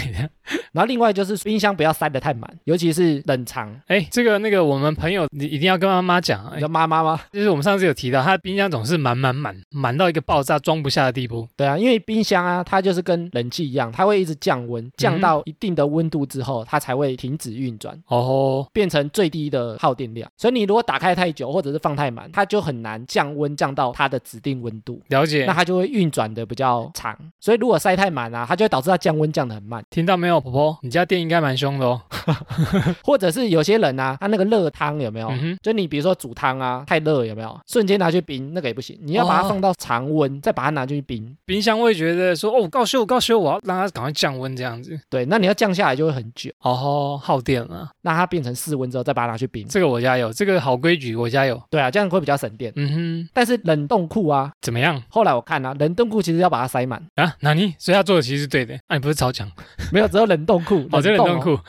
Speaker 2: 然后另外就是冰箱不要塞得太满，尤其是冷藏。
Speaker 1: [LAUGHS] 哎，这个那个，我们朋友你一定要跟妈妈讲，
Speaker 2: 你
Speaker 1: 哎
Speaker 2: 知，道妈妈吗？
Speaker 1: 就是我们上次有提到，他的冰箱总是满满满满到一个爆炸装不下的地步。
Speaker 2: 对啊，因为冰箱啊，它就是跟冷气一样，它会一直降温，
Speaker 1: 嗯
Speaker 2: 降到一定的温度之后，它才会停止运转，
Speaker 1: 哦，
Speaker 2: 变成最低的耗电量。所以你如果打开太久，或者是放太满，它就很难降温降到它的指定温度。
Speaker 1: 了解
Speaker 2: 那。它就会运转的比较长，所以如果塞太满啊，它就会导致它降温降得很慢，
Speaker 1: 听到没有，婆婆，你家店应该蛮凶的哦。
Speaker 2: 或者是有些人啊，他那个热汤有没有？
Speaker 1: 嗯哼，
Speaker 2: 就你比如说煮汤啊，太热有没有？瞬间拿去冰那个也不行，你要把它
Speaker 1: 哦
Speaker 2: 放到常温，再把它拿去冰。
Speaker 1: 冰箱会觉得说，哦，告诉我，告诉我，我要让它赶快降温这样子。
Speaker 2: 对，那你要降下来就会很久，
Speaker 1: 哦，耗电了。
Speaker 2: 那它变成室温之后再把它拿去冰。
Speaker 1: 这个我家有，这个好规矩，我家有。
Speaker 2: 对啊，这样会比较省电。
Speaker 1: 嗯哼，
Speaker 2: 但是冷冻库啊，
Speaker 1: 怎么样
Speaker 2: 后来我看啊，冷冻库其实要把它塞满，
Speaker 1: 啊啊？哪尼？所以他做的其实是对的。那、你不是早讲？
Speaker 2: 没有，只有冷冻库。
Speaker 1: 哦，这冷
Speaker 2: 冻
Speaker 1: 冻
Speaker 2: 哦
Speaker 1: 库。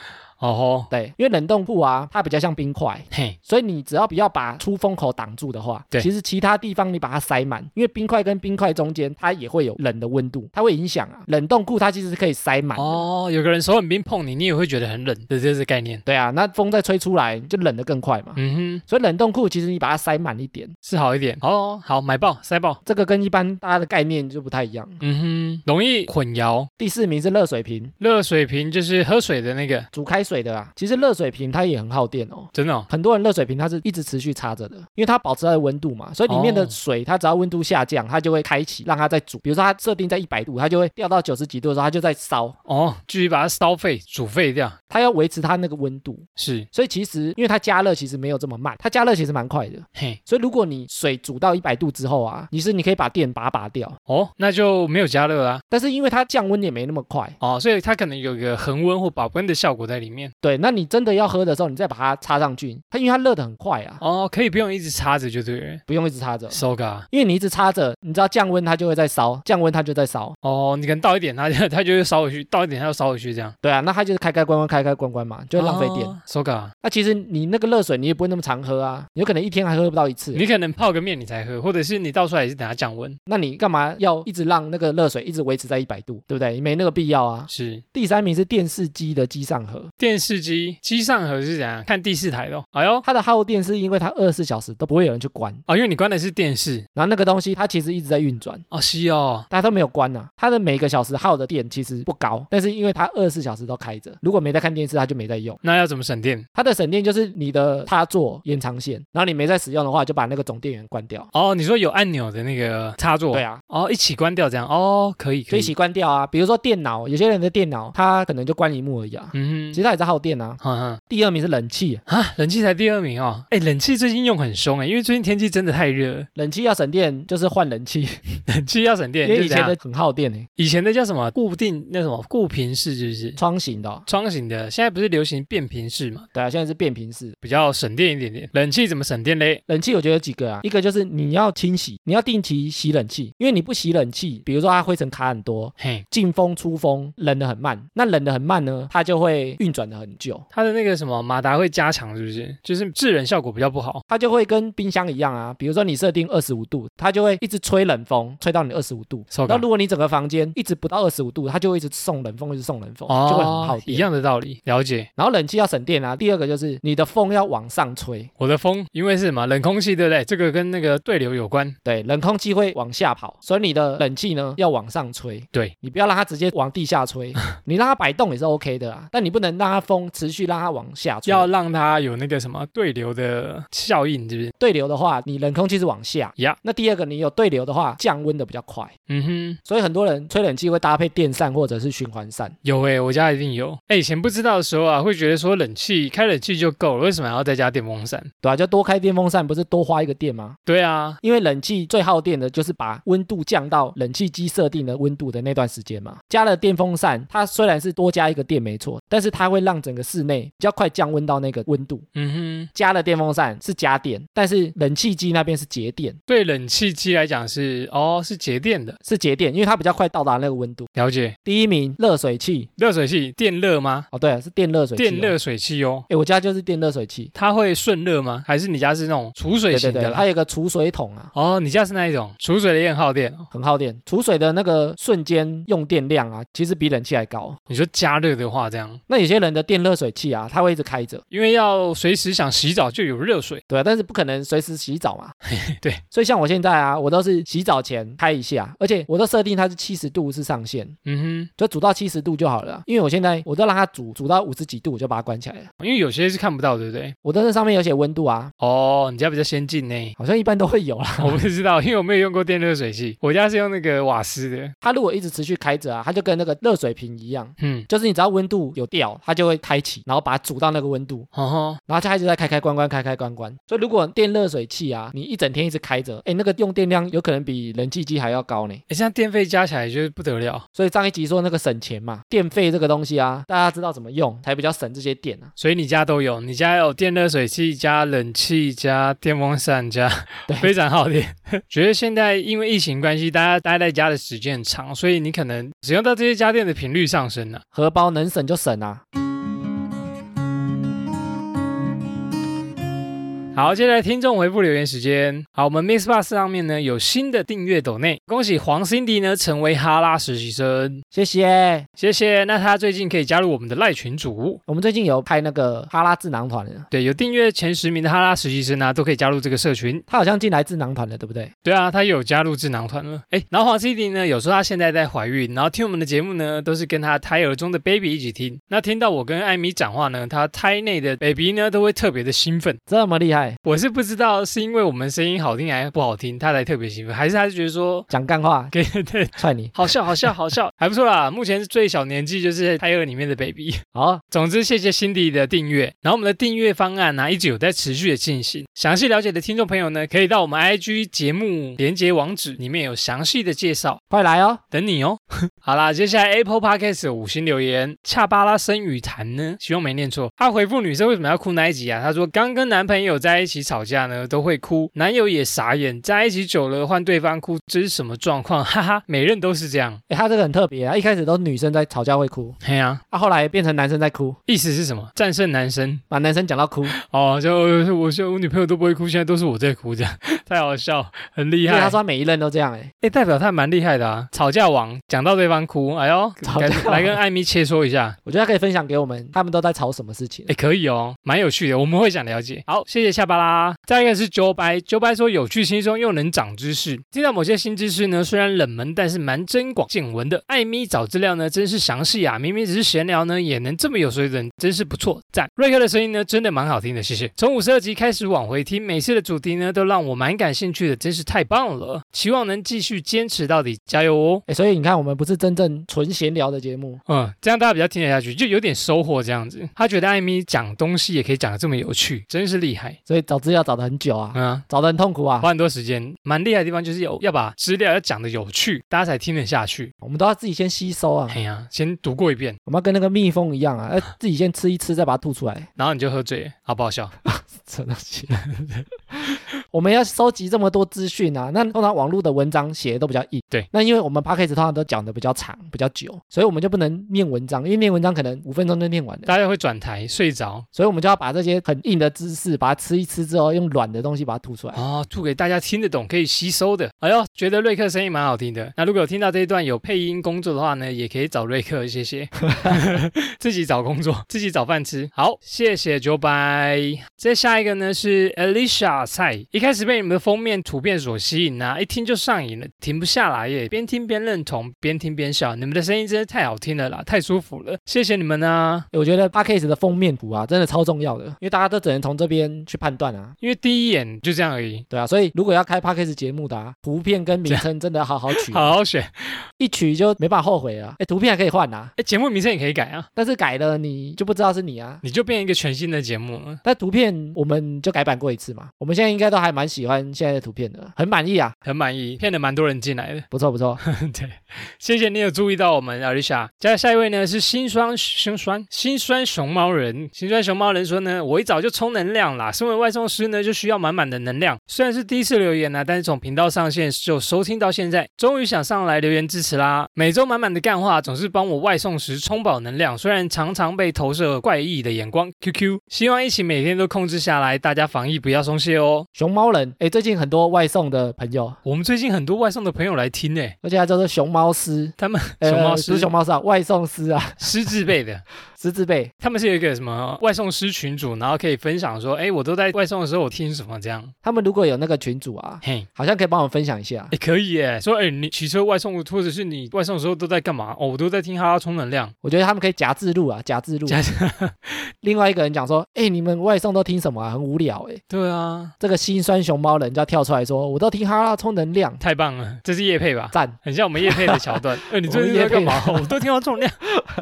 Speaker 1: 哦吼，
Speaker 2: 对，因为冷冻库啊，它比较像冰块，
Speaker 1: 嘿，
Speaker 2: 所以你只要不要把出风口挡住的话，
Speaker 1: 对
Speaker 2: 其实其他地方你把它塞满，因为冰块跟冰块中间它也会有冷的温度，它会影响啊。冷冻库它其实是可以塞满的。
Speaker 1: 哦，有个人手很冰碰你，你也会觉得很冷的这是概念。
Speaker 2: 对啊，那风再吹出来就冷得更快嘛。
Speaker 1: 嗯哼，
Speaker 2: 所以冷冻库其实你把它塞满一点，
Speaker 1: 是好一点。哦，好，买爆塞爆。
Speaker 2: 这个跟一般大家的概念就不太一样。
Speaker 1: 嗯哼，容易混淆。
Speaker 2: 第四名是热水瓶，
Speaker 1: 热水瓶就是喝水的那个，
Speaker 2: 煮开水的啊。其实热水瓶它也很耗电哦，
Speaker 1: 真的、哦。
Speaker 2: 很多人热水瓶它是一直持续插着的，因为它保持它的温度嘛，所以里面
Speaker 1: 哦
Speaker 2: 的水它只要温度下降，它就会开启，让它再煮。比如说它设定在一百度，它就会掉到九十几度的时候，它就在烧，
Speaker 1: 哦，继续把它烧沸、煮沸掉。
Speaker 2: 它要维持它那个温度。
Speaker 1: 是，
Speaker 2: 所以其实因为它加热其实没有这么慢，它加热其实蛮快的。
Speaker 1: 嘿，
Speaker 2: 所以如果你水煮到一百度之后啊，你是你可以把电拔拔掉，
Speaker 1: 哦，那就没有加热啦。
Speaker 2: 但是因为它降温也没那么快，
Speaker 1: 哦，所以它可能有一个恒温或保温的效果在里面。
Speaker 2: 对，那你真的要喝的时候，你再把它插上去，它因为它热得很快啊，
Speaker 1: 哦，可以不用一直插着就对了。
Speaker 2: 不用一直插着。
Speaker 1: 收嘎。
Speaker 2: 因为你一直插着，你知道降温它就会在烧，降温它就在烧，
Speaker 1: 哦，你可能倒一点，它 [LAUGHS] 就它就会烧回去；倒一点，它就烧回去，这样
Speaker 2: 对啊，那它就是开开关关开开关关嘛，就会浪费电。
Speaker 1: 哦收嘎。
Speaker 2: 那其实你那个热水你也不会那么常喝啊，有可能一天还喝不到一次，
Speaker 1: 你可能泡个面你才喝，或者是你倒出来也是等它降温。
Speaker 2: 那你干嘛要一直让那个热水一直维持在一百度，对不对？没那个必要啊。
Speaker 1: 是
Speaker 2: 第三名是电视机的机上盒，
Speaker 1: 电视机机上盒是怎样？看第四台咯。哎呦，
Speaker 2: 它的耗电是因为它二十四小时都不会有人去关，
Speaker 1: 哦，因为你关的是电视。
Speaker 2: 然后那个东西它其实一直在运转。
Speaker 1: 哦，是哦。
Speaker 2: 大家都没有关呐、啊它的每个小时耗的电其实不高，但是因为它二十四小时都开着，如果没在看电视，它就没在用。
Speaker 1: 那要怎么省电？
Speaker 2: 它的省电就是你的插座延长线，然后你没在使用的话，就把那个总电源关掉。
Speaker 1: 哦，你说有按钮的那个插座，
Speaker 2: 对啊，
Speaker 1: 哦，一起关掉这样，哦，可以，可
Speaker 2: 就
Speaker 1: 以，
Speaker 2: 一起关掉啊。比如说电脑，有些人的电脑它可能就关一幕而已啊，
Speaker 1: 嗯哼，
Speaker 2: 其实它也在耗电啊。
Speaker 1: 哈哈
Speaker 2: 第二名是冷气，
Speaker 1: 啊，冷气才第二名哦，哎，冷气最近用很凶哎，因为最近天气真的太热了， [LAUGHS]
Speaker 2: 冷气要省电就是换冷气，
Speaker 1: 冷气要省电，
Speaker 2: 因为
Speaker 1: 就
Speaker 2: 以
Speaker 1: 是这
Speaker 2: 前
Speaker 1: 样
Speaker 2: 的很耗电诶、欸
Speaker 1: 以前的叫什么固定那什么固频式，是不是？
Speaker 2: 窗型的、哦，
Speaker 1: 窗型的，现在不是流行变频式嘛，
Speaker 2: 对啊，现在是变频式。
Speaker 1: 比较省电一点点。冷气怎么省电嘞？
Speaker 2: 冷气我觉得有几个啊，一个就是你要清洗，你要定期洗冷气，因为你不洗冷气，比如说它灰尘卡很多，
Speaker 1: 嘿，
Speaker 2: 进风出风冷得很慢，那冷得很慢呢，它就会运转得很久，
Speaker 1: 它的那个什么马达会加强，是不是？就是制冷效果比较不好。
Speaker 2: 它就会跟冰箱一样啊。比如说你设定二十五度，它就会一直吹冷风，吹到你二十五度。
Speaker 1: 手
Speaker 2: 那
Speaker 1: 感
Speaker 2: 如果你整个房间一直不到二十五度，它就会一直送冷风，一直送冷风，
Speaker 1: 哦，
Speaker 2: 就会很耗
Speaker 1: 一
Speaker 2: 电。
Speaker 1: 样的道理，了解。
Speaker 2: 然后冷气要省电啊。第二个就是你的风要往上吹，
Speaker 1: 我的风因为是什么冷空气，对不对？这个跟那个对流有关。
Speaker 2: 对，冷空气会往下跑，所以你的冷气呢要往上吹。
Speaker 1: 对
Speaker 2: 你不要让它直接往地
Speaker 1: [LAUGHS]
Speaker 2: 下吹，你让它摆动也是 OK 的啊，但你不能让它风持续让它往下吹。
Speaker 1: 要让它有那个什么对流的效应，是不是？
Speaker 2: 对流的话，你冷空气是往下。
Speaker 1: 呀
Speaker 2: 那第二个，你有对流的话，降温的比较快，
Speaker 1: 嗯哼，
Speaker 2: 所以很多人吹冷气会搭配电扇或者是循环扇。
Speaker 1: 有诶、我家一定有。哎诶、以前不知道的时候啊，会觉得说冷气开冷气就够了，为什么还要再加电风扇？
Speaker 2: 对啊，就多开电风扇，不是多花一个电吗？
Speaker 1: 对啊，
Speaker 2: 因为冷气最耗电的就是把温度降到冷气机设定的温度的那段时间嘛。加了电风扇，它虽然是多加一个电没错，但是它会让整个室内比较快降温到那个温度。
Speaker 1: 嗯哼，
Speaker 2: 加了电风扇是加电，但是冷气机那边是节电，
Speaker 1: 对冷气机来讲是哦，是节电的，
Speaker 2: 是节电，因为它比较快到达那个温度。
Speaker 1: 了解。
Speaker 2: 第一名热水器，
Speaker 1: 热水器电热吗？
Speaker 2: 哦，对、啊，是电热水器、
Speaker 1: 电。热水器哦，
Speaker 2: 哎，我家就是电热水器，
Speaker 1: 它会顺热吗？还是你家是那种储水
Speaker 2: 对
Speaker 1: 型
Speaker 2: 对
Speaker 1: 的
Speaker 2: 对，
Speaker 1: 啦？
Speaker 2: 它有个储水桶啊，
Speaker 1: 哦，你家是那一种储水的也很耗电哦。
Speaker 2: 很耗电，储水的那个瞬间用电量啊，其实比冷气还高。
Speaker 1: 你说加热的话，这样，
Speaker 2: 那有些人的电热水器啊，它会一直开着，
Speaker 1: 因为要随时想洗澡就有热水。
Speaker 2: 对啊，但是不可能随时洗澡嘛。
Speaker 1: 对，
Speaker 2: 所以像我现在啊，我都是洗澡前开一下，而且我都设定它是七十度是上限，
Speaker 1: 嗯
Speaker 2: 就煮到七十度就好了啊。因为我现在我都让它煮煮到五十几度，我就把它关起来了。
Speaker 1: 哼，因为有些是看不到，对不对？
Speaker 2: 我的那上面有写温度啊，
Speaker 1: 哦，你家比较先进呢。 [LAUGHS]
Speaker 2: 好像一般都会有啦。
Speaker 1: 我不知道，因为我没有用过电热水器，我家是用那个瓦斯的。
Speaker 2: 它如果一直持续开着啊，它就跟那个热水瓶一样。
Speaker 1: 嗯，
Speaker 2: 就是你只要温度有掉，它就会开启，然后把它煮到那个温度，
Speaker 1: 哦吼，
Speaker 2: 然后它一直在开开关关开开关关。所以如果电热水器啊，你一整天一直开着，哎，那个用电量有可能比冷气机还要高呢。
Speaker 1: 诶现在电费加起来就是不得了，
Speaker 2: 所以上一集说那个省钱嘛，电费这个东西啊，大家知道怎么用才比较省这些电啊。
Speaker 1: 所以你家都有，你家有电热水器加冷气加电风扇加，
Speaker 2: 对 [LAUGHS]
Speaker 1: 非常耗电。 [LAUGHS] 觉得现在因为疫情关系，大家待在家的时间很长，所以你可能使用到这些家电的频率上升了、
Speaker 2: 荷包能省就省啊。
Speaker 1: 好，接下来听众回复留言时间。好，我们 Miss Bus 上面呢有新的订阅抖内，恭喜黄 Cindy 呢成为哈拉实习生，
Speaker 2: 谢谢。
Speaker 1: 谢谢。那他最近可以加入我们的赖群组。
Speaker 2: 我们最近有拍那个哈拉智囊团了，
Speaker 1: 对，有订阅前十名的哈拉实习生啊，都可以加入这个社群。
Speaker 2: 他好像进来智囊团了，对不对？
Speaker 1: 对啊，他有加入智囊团了。哎，然后黄 Cindy 呢，有说她现在在怀孕，然后听我们的节目呢，都是跟她胎儿中的 baby 一起听。那听到我跟艾米讲话呢，她胎内的 baby 呢都会特别的兴奋。
Speaker 2: 这么厉害，
Speaker 1: 我是不知道是因为我们声音好听还是不好听，她才特别兴奋，还是她是觉得说，
Speaker 2: 讲干话
Speaker 1: [LAUGHS] 给对，
Speaker 2: 踹你。
Speaker 1: 好笑好笑好笑，还不错啦。目前最小年纪就是胎儿里面的 baby。
Speaker 2: 好，
Speaker 1: 总之，谢谢 Cindy 的订阅。然后我们的订阅方案呢、一直有在持续的进行。详细了解的听众朋友呢，可以到我们 IG 节目连接网址里面有详细的介绍，
Speaker 2: 快来哦。
Speaker 1: 等你哦。 [LAUGHS] 好啦，接下来 Apple Podcast 的五星留言，恰巴拉生语谈呢，希望没念错。他回复女生为什么要哭那一集啊？他说刚跟男朋友在一起吵架呢，都会哭，男友也傻眼，在一起久了换对方哭，这是什么状况？哈哈，每任都是这样。
Speaker 2: 哎，他这个很特别啊，一开始都是女生在吵架会哭，
Speaker 1: 嘿呀、
Speaker 2: 啊，后来变成男生在哭，
Speaker 1: 意思是什么？战胜男生。
Speaker 2: 把男生讲到哭。
Speaker 1: 哦，就我就我女朋友都不会哭，现在都是我在哭，
Speaker 2: [LAUGHS]
Speaker 1: 这样太好笑，很厉
Speaker 2: 因为
Speaker 1: 害。
Speaker 2: 他说他每一任都这样，哎，
Speaker 1: 哎，代表他蛮厉害的啊，吵架王，讲到对方哭，哎呦，
Speaker 2: 吵
Speaker 1: 来
Speaker 2: 架
Speaker 1: 来跟艾米切磋一下，
Speaker 2: 我觉得他可以分享给我们，他们都在吵什么事情。
Speaker 1: 哎，可以哦，蛮有趣的，我们会想了解。好，谢谢下巴啦。再一个是九白，九白说有趣轻松又能长知识，听到某些新知识呢，虽然冷门，但是蛮增广见闻的。艾米找资料呢，真是详细啊，明明只是闲聊呢，也能这么有水准，真是不错，赞。瑞克的声音呢，真的蛮好听的，谢谢。从五十二集开始往回听，每次的主题呢，都让我蛮感兴趣的，真是太棒了，希望能继续坚持到底，加油哦。
Speaker 2: 哎，所以你看，我们不是真正纯闲聊的节目，
Speaker 1: 嗯，这样大家比较听得下去，就有点收获这样子。他觉得艾米讲东西也可以讲得这么有趣，真是厉害。
Speaker 2: 所以找资料找的很久啊，
Speaker 1: 嗯啊，
Speaker 2: 找的很痛苦啊
Speaker 1: 花，很多时间，蛮厉害的地方就是有要把资料要讲的有趣，大家才听得下去。
Speaker 2: 我们都要自己先吸收啊，
Speaker 1: 哎呀，先读过一遍，
Speaker 2: 我们要跟那个蜜蜂一样啊，要自己先吃一吃，再把它吐出来， [LAUGHS]
Speaker 1: 然后你就喝醉了，好不好笑？
Speaker 2: 扯到起 [LAUGHS] 我们要收集这么多资讯啊，那通常网络的文章写的都比较硬，
Speaker 1: 对。
Speaker 2: 那因为我们 p a c k a g e 通常都讲的比较长、比较久，所以我们就不能念文章，因为念文章可能五分钟就念完了，
Speaker 1: 大家会转台睡着
Speaker 2: 所以我们就要把这些很硬的知识，把它吃一吃之后，用软的东西把它吐出来。
Speaker 1: 哦，吐给大家听得懂，可以吸收的。哎呦，觉得瑞克声音蛮好听的。那如果有听到这一段有配音工作的话呢，也可以找瑞克，谢谢。 [LAUGHS] 自己找工作，自 [LAUGHS] 己找饭吃。好，谢谢九百。再下一个呢是 Alicia 蔡，一开始被你们的封面图片所吸引啊，一听就上瘾了，停不下来耶，边听边认同，边听边笑。你们的声音真是太好听了啦，太舒服了，谢谢你们啊。
Speaker 2: 我觉得 p a c k a g e 的封面图啊，真的超重要的，因为大家都只能从这边去判断啊。
Speaker 1: 因为第一眼就这样而已，
Speaker 2: 对啊，所以如果要开 p a c k a g e 节目的、啊，图片跟名称真的要好好取，
Speaker 1: 好好选。
Speaker 2: 一取就没办法后悔啊。哎，图片还可以换啊，
Speaker 1: 哎，节目名称也可以改啊，
Speaker 2: 但是改了你就不知道是你啊。
Speaker 1: 你就变一个全新的节目了。
Speaker 2: 但图片我们就改版过一次嘛，我们现在应该都还蛮喜欢现在的图片的，很满意啊，
Speaker 1: 很满意，骗了蛮多人进来的。
Speaker 2: 不错不错。
Speaker 1: 对，谢谢你有注意到我们 Alicia。接下一位呢是心酸心酸心酸熊猫人，心酸熊猫人说呢，我一早就充能量啦，身为外送师呢就需要满满的能量。虽然是第一次留言呢、啊但是从频道上线就收听到现在，终于想上来留言支持啦。每周满满的干话总是帮我外送时充饱能量，虽然常常被投射怪异的眼光。QQ，希望一起每天都控制下来，大家防疫不要松懈哦。
Speaker 2: 熊猫人，哎，最近很多外送的朋友，
Speaker 1: 我们最近很多外送的朋友来听欸呢、
Speaker 2: 而且他叫做熊猫师，
Speaker 1: 他们
Speaker 2: 呃
Speaker 1: 熊猫
Speaker 2: 不
Speaker 1: 师
Speaker 2: 是熊猫师啊，外送师啊，
Speaker 1: 师字辈的，
Speaker 2: 师字辈，
Speaker 1: 他们是有一个什么外送师群组，然后可以分享说，哎，我都在外送的时候我听什么这样，
Speaker 2: 他们如果有那个群主啊，
Speaker 1: 嘿，
Speaker 2: 好像可以帮我们分享一下。啊
Speaker 1: 哎，可以耶，说哎，你骑车外送，或者是你外送的时候都在干嘛？哦，我都在听哈拉充能量，
Speaker 2: 我觉得他们可以夹字录啊，夹字
Speaker 1: [LAUGHS]
Speaker 2: 录。
Speaker 1: 加
Speaker 2: 另外一个人讲说，哎，你们外送都听什么啊？很无聊哎、
Speaker 1: 对啊，
Speaker 2: 这个心酸熊猫人就要跳出来说，我都听哈拉充能量，
Speaker 1: 太棒了，这是叶配吧？
Speaker 2: 赞。
Speaker 1: [LAUGHS] 很像我们叶配的桥 [LAUGHS] 段，哎，你最近都在干嘛？我都听到重量，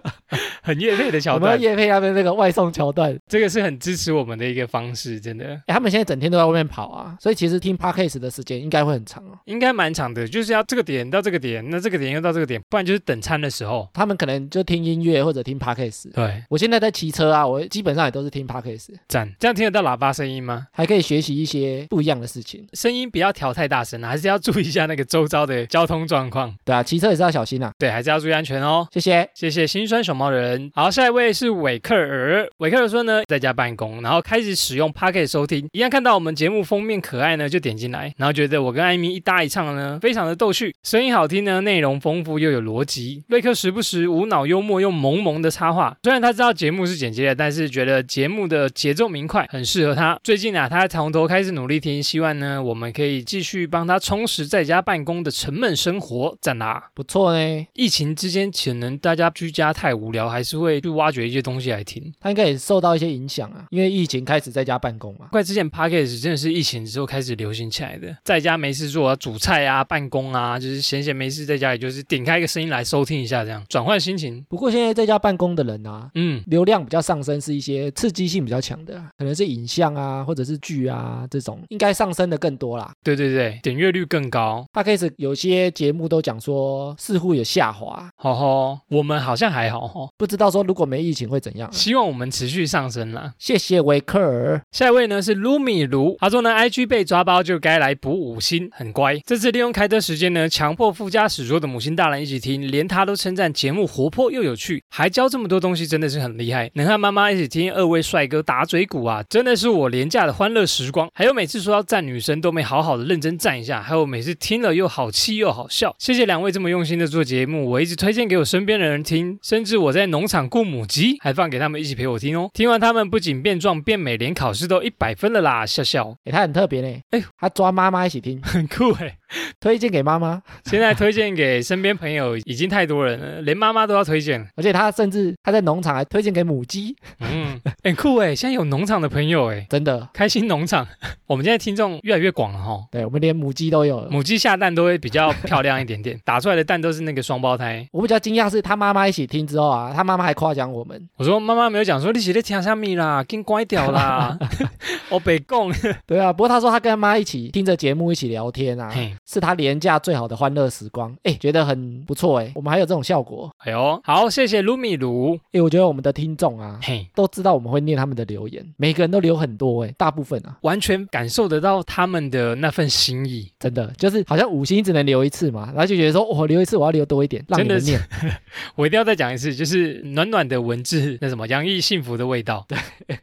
Speaker 1: [LAUGHS] 很叶配的
Speaker 2: 我
Speaker 1: 桥
Speaker 2: 们
Speaker 1: 段，
Speaker 2: 叶配他们那个外送桥段，
Speaker 1: 这个是很支持我们的一个方式，真的
Speaker 2: 哎，他们现在整天都在外面跑啊，所以其实听 podcast 的时间应该会很长哦。
Speaker 1: 应该蛮长的，就是要这个点到这个点，那这个点又到这个点，不然就是等餐的时候，
Speaker 2: 他们可能就听音乐或者听 podcast。
Speaker 1: 对，
Speaker 2: 我现在在骑车啊，我基本上也都是听 podcast，
Speaker 1: 赞，这样听得到喇叭声音吗？
Speaker 2: 还可以学习一些不一样的事情。
Speaker 1: 声音不要调太大声了，还是要注意一下那个周遭的交通状况。
Speaker 2: 对啊，骑车也是要小心啊。
Speaker 1: 对，还是要注意安全哦。
Speaker 2: 谢谢。
Speaker 1: 谢谢心酸熊猫人。人。好，下一位是韦克尔。韦克尔说呢，在家办公，然后开始使用 Pocket 收听，一样看到我们节目封面可爱呢，就点进来，然后觉得我跟艾米一搭一唱呢，非常的逗趣，声音好听呢，内容丰富又有逻辑。瑞克时不时无脑幽默又萌萌的插话，虽然他知道节目是剪辑的，但是觉得节目的节奏明快，很适合他。最近啊，他从头开始努力听，希望呢，我们可以继续帮他充实在家办公的沉闷生活，赞啦！
Speaker 2: 不错呢。
Speaker 1: 疫情之间，可能大家居家太无聊，还是会去挖掘一些东西来听。
Speaker 2: 他应该也受到一些影响啊，因为疫情开始在家办公嘛。
Speaker 1: 怪之前 podcast 真的是疫情之后开始流行起来的，在家没事做啊，煮菜啊，办公啊，就是闲闲没事在家里，就是点开一个声音来收听一下，这样转换心情。
Speaker 2: 不过现在在家办公的人啊，
Speaker 1: 嗯，
Speaker 2: 流量比较上升是一些刺激性比较强的啊、可能是影像啊，或者是剧啊这种，应该上升的更多啦。
Speaker 1: 对对对，点阅率更高。
Speaker 2: 他开始有些节目都讲说，似乎有下滑，
Speaker 1: 吼吼，我们好像还好吼，
Speaker 2: 不知道说如果没疫情会怎样啊、
Speaker 1: 希望我们持续上升啦。
Speaker 2: 谢谢维克尔，
Speaker 1: 下一位呢是卢米卢，他说呢，IG 被抓包就该来补五星，很乖。这次利用开车时间呢，强迫副驾驶座的母亲大人一起听，连他都称赞节目活泼又有趣，还教这么多东西，真的是很厉害。能和妈妈一起听二位帅哥打嘴鼓啊，真的是我廉价的欢乐时光。还有每次说要赞女生都没好好的认真赞一下，还有每次听了又好气又好笑。谢谢两位这么用心的做节目，我一直推荐给我身边的人听，甚至我在农场雇母鸡，还放给他们一起陪我听哦。听完他们不仅变壮变美，连考试都一百分了啦，笑笑，
Speaker 2: 诶，他很特别呢，
Speaker 1: 哎
Speaker 2: 哎，他抓妈妈一
Speaker 1: [LAUGHS]
Speaker 2: 起听，
Speaker 1: 很酷欸诶。
Speaker 2: 推荐给妈妈，
Speaker 1: 现在推荐给身边朋友已经太多人了，连妈妈都要推荐，
Speaker 2: 而且他甚至他在农场还推荐给母鸡，
Speaker 1: 嗯，很酷诶。现在有农场的朋友诶，
Speaker 2: 真的，
Speaker 1: 开心农场， [LAUGHS] 我们现在听众越来越广了哈、
Speaker 2: 对我们连母鸡都有了。
Speaker 1: 母鸡下蛋都会比较漂亮一点点，打出来的蛋都是那个双胞胎。
Speaker 2: 我比较惊讶是他妈妈一起听之后啊，他妈妈还夸奖我们，
Speaker 1: 我说妈妈没有讲说你写的听下面啦，更乖掉 [LAUGHS] 啦，我北贡，
Speaker 2: 对啊，不过他说他跟妈一起听着节目一起聊天啊，
Speaker 1: 嘿
Speaker 2: 是他廉价最好的欢乐时光，哎，觉得很不错哎，我们还有这种效果，
Speaker 1: 哎呦，好，谢谢卢米卢，
Speaker 2: 哎，我觉得我们的听众啊。
Speaker 1: 嘿，
Speaker 2: 都知道我们会念他们的留言，每个人都留很多哎，大部分啊，
Speaker 1: 完全感受得到他们的那份心意，
Speaker 2: 真的就是好像五星只能留一次嘛，然后就觉得说我、哦留一次我要留多一点，让
Speaker 1: 真
Speaker 2: 你
Speaker 1: 的
Speaker 2: 们
Speaker 1: 是
Speaker 2: 念，
Speaker 1: 我一定要再讲一次，就是暖暖的文字，那什么洋溢幸福的味道，对，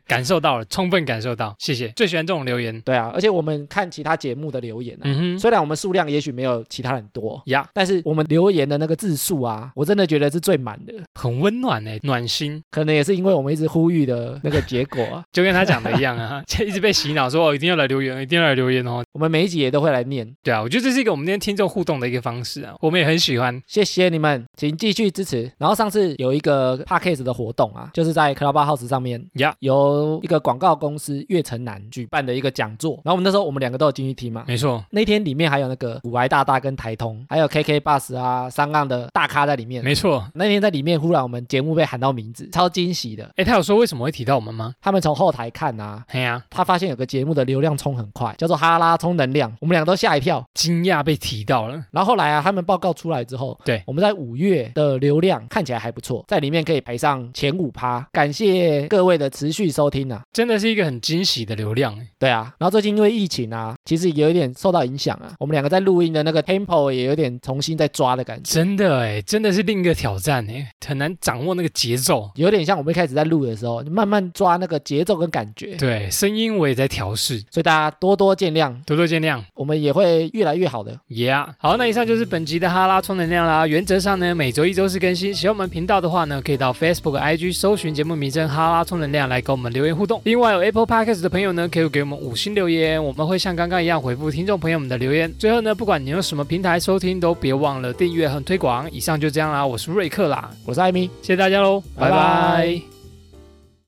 Speaker 1: 感受到了，充分感受到，谢谢，最喜欢这种留言，
Speaker 2: 对啊，而且我们看其他节目的留言啊，
Speaker 1: 嗯哼，
Speaker 2: 虽然我们数量也许没有其他人多，
Speaker 1: 呀，
Speaker 2: 但是我们留言的那个字数啊，我真的觉得是最满的，
Speaker 1: 很温暖诶，暖心，，
Speaker 2: 可能也是因为我们一直呼吁的那个结果啊
Speaker 1: 就跟他讲的一样 [LAUGHS] 啊，一直被洗脑说哦，一定要来留言，一定要来留言哦，
Speaker 2: 我们每一集也都会来念，
Speaker 1: 对啊，我觉得这是一个我们今天听众互动的一个方式啊，我们也很喜欢。
Speaker 2: 谢谢你们，请继续支持。然后上次有一个 p a c k a g e 的活动啊，就是在 Clubhouse 上面。
Speaker 1: 呀
Speaker 2: 由一个广告公司月城南举办的一个讲座，然后我们那时候我们两个都有进去听嘛，
Speaker 1: 没错，
Speaker 2: 那天里面还有那个古埃大大跟台通，还有 KK Bus 啊、商岸的大咖在里面。
Speaker 1: 没错。
Speaker 2: 那天在里面，忽然我们节目被喊到名字，超惊喜的。
Speaker 1: 哎，他有说为什么会提到我们吗？
Speaker 2: 他们从后台看啊，
Speaker 1: 哎呀，
Speaker 2: 他发现有个节目的流量冲很快，叫做哈拉充能量，我们两个都吓一跳。
Speaker 1: 惊讶被提到了。
Speaker 2: 然后后来啊，他们报告出来之后，
Speaker 1: 对
Speaker 2: 我们在五月的流量看起来还不错，在里面可以排上前五趴。感谢各位的持续收听啊。
Speaker 1: 真的是一个很惊喜的流量哎，
Speaker 2: 对啊，然后最近因为疫情啊，其实也有一点受到影响啊。我们两个在录音的那个 tempo 也有点重新在抓的感觉。
Speaker 1: 真的哎，真的是另一个挑战哎，很难掌握那个节奏。
Speaker 2: 有点像我们一开始在录的时候，你慢慢抓那个节奏跟感觉。
Speaker 1: 对，声音我也在调试，
Speaker 2: 所以大家多多见谅，
Speaker 1: 多多见谅。
Speaker 2: 我们也会越来越好的。
Speaker 1: Yeah，好，那以上就是本集的哈拉充能量啦。原则上呢，每周一、周四更新。喜欢我们频道的话呢，可以到 Facebook、IG 搜寻节目名称“哈拉充能量”来跟我们留言互动。另外，有 Apple Podcast 的朋友呢，可以给我们五星留言，我们会像刚刚一样回复听众朋友们的留言。最后呢，不管你用什么平台收听，都别忘了订阅和推广。以上就这样啦，我是瑞克啦，
Speaker 2: 我是艾米，
Speaker 1: 谢谢大家喽，拜
Speaker 2: 拜
Speaker 1: 拜
Speaker 2: 拜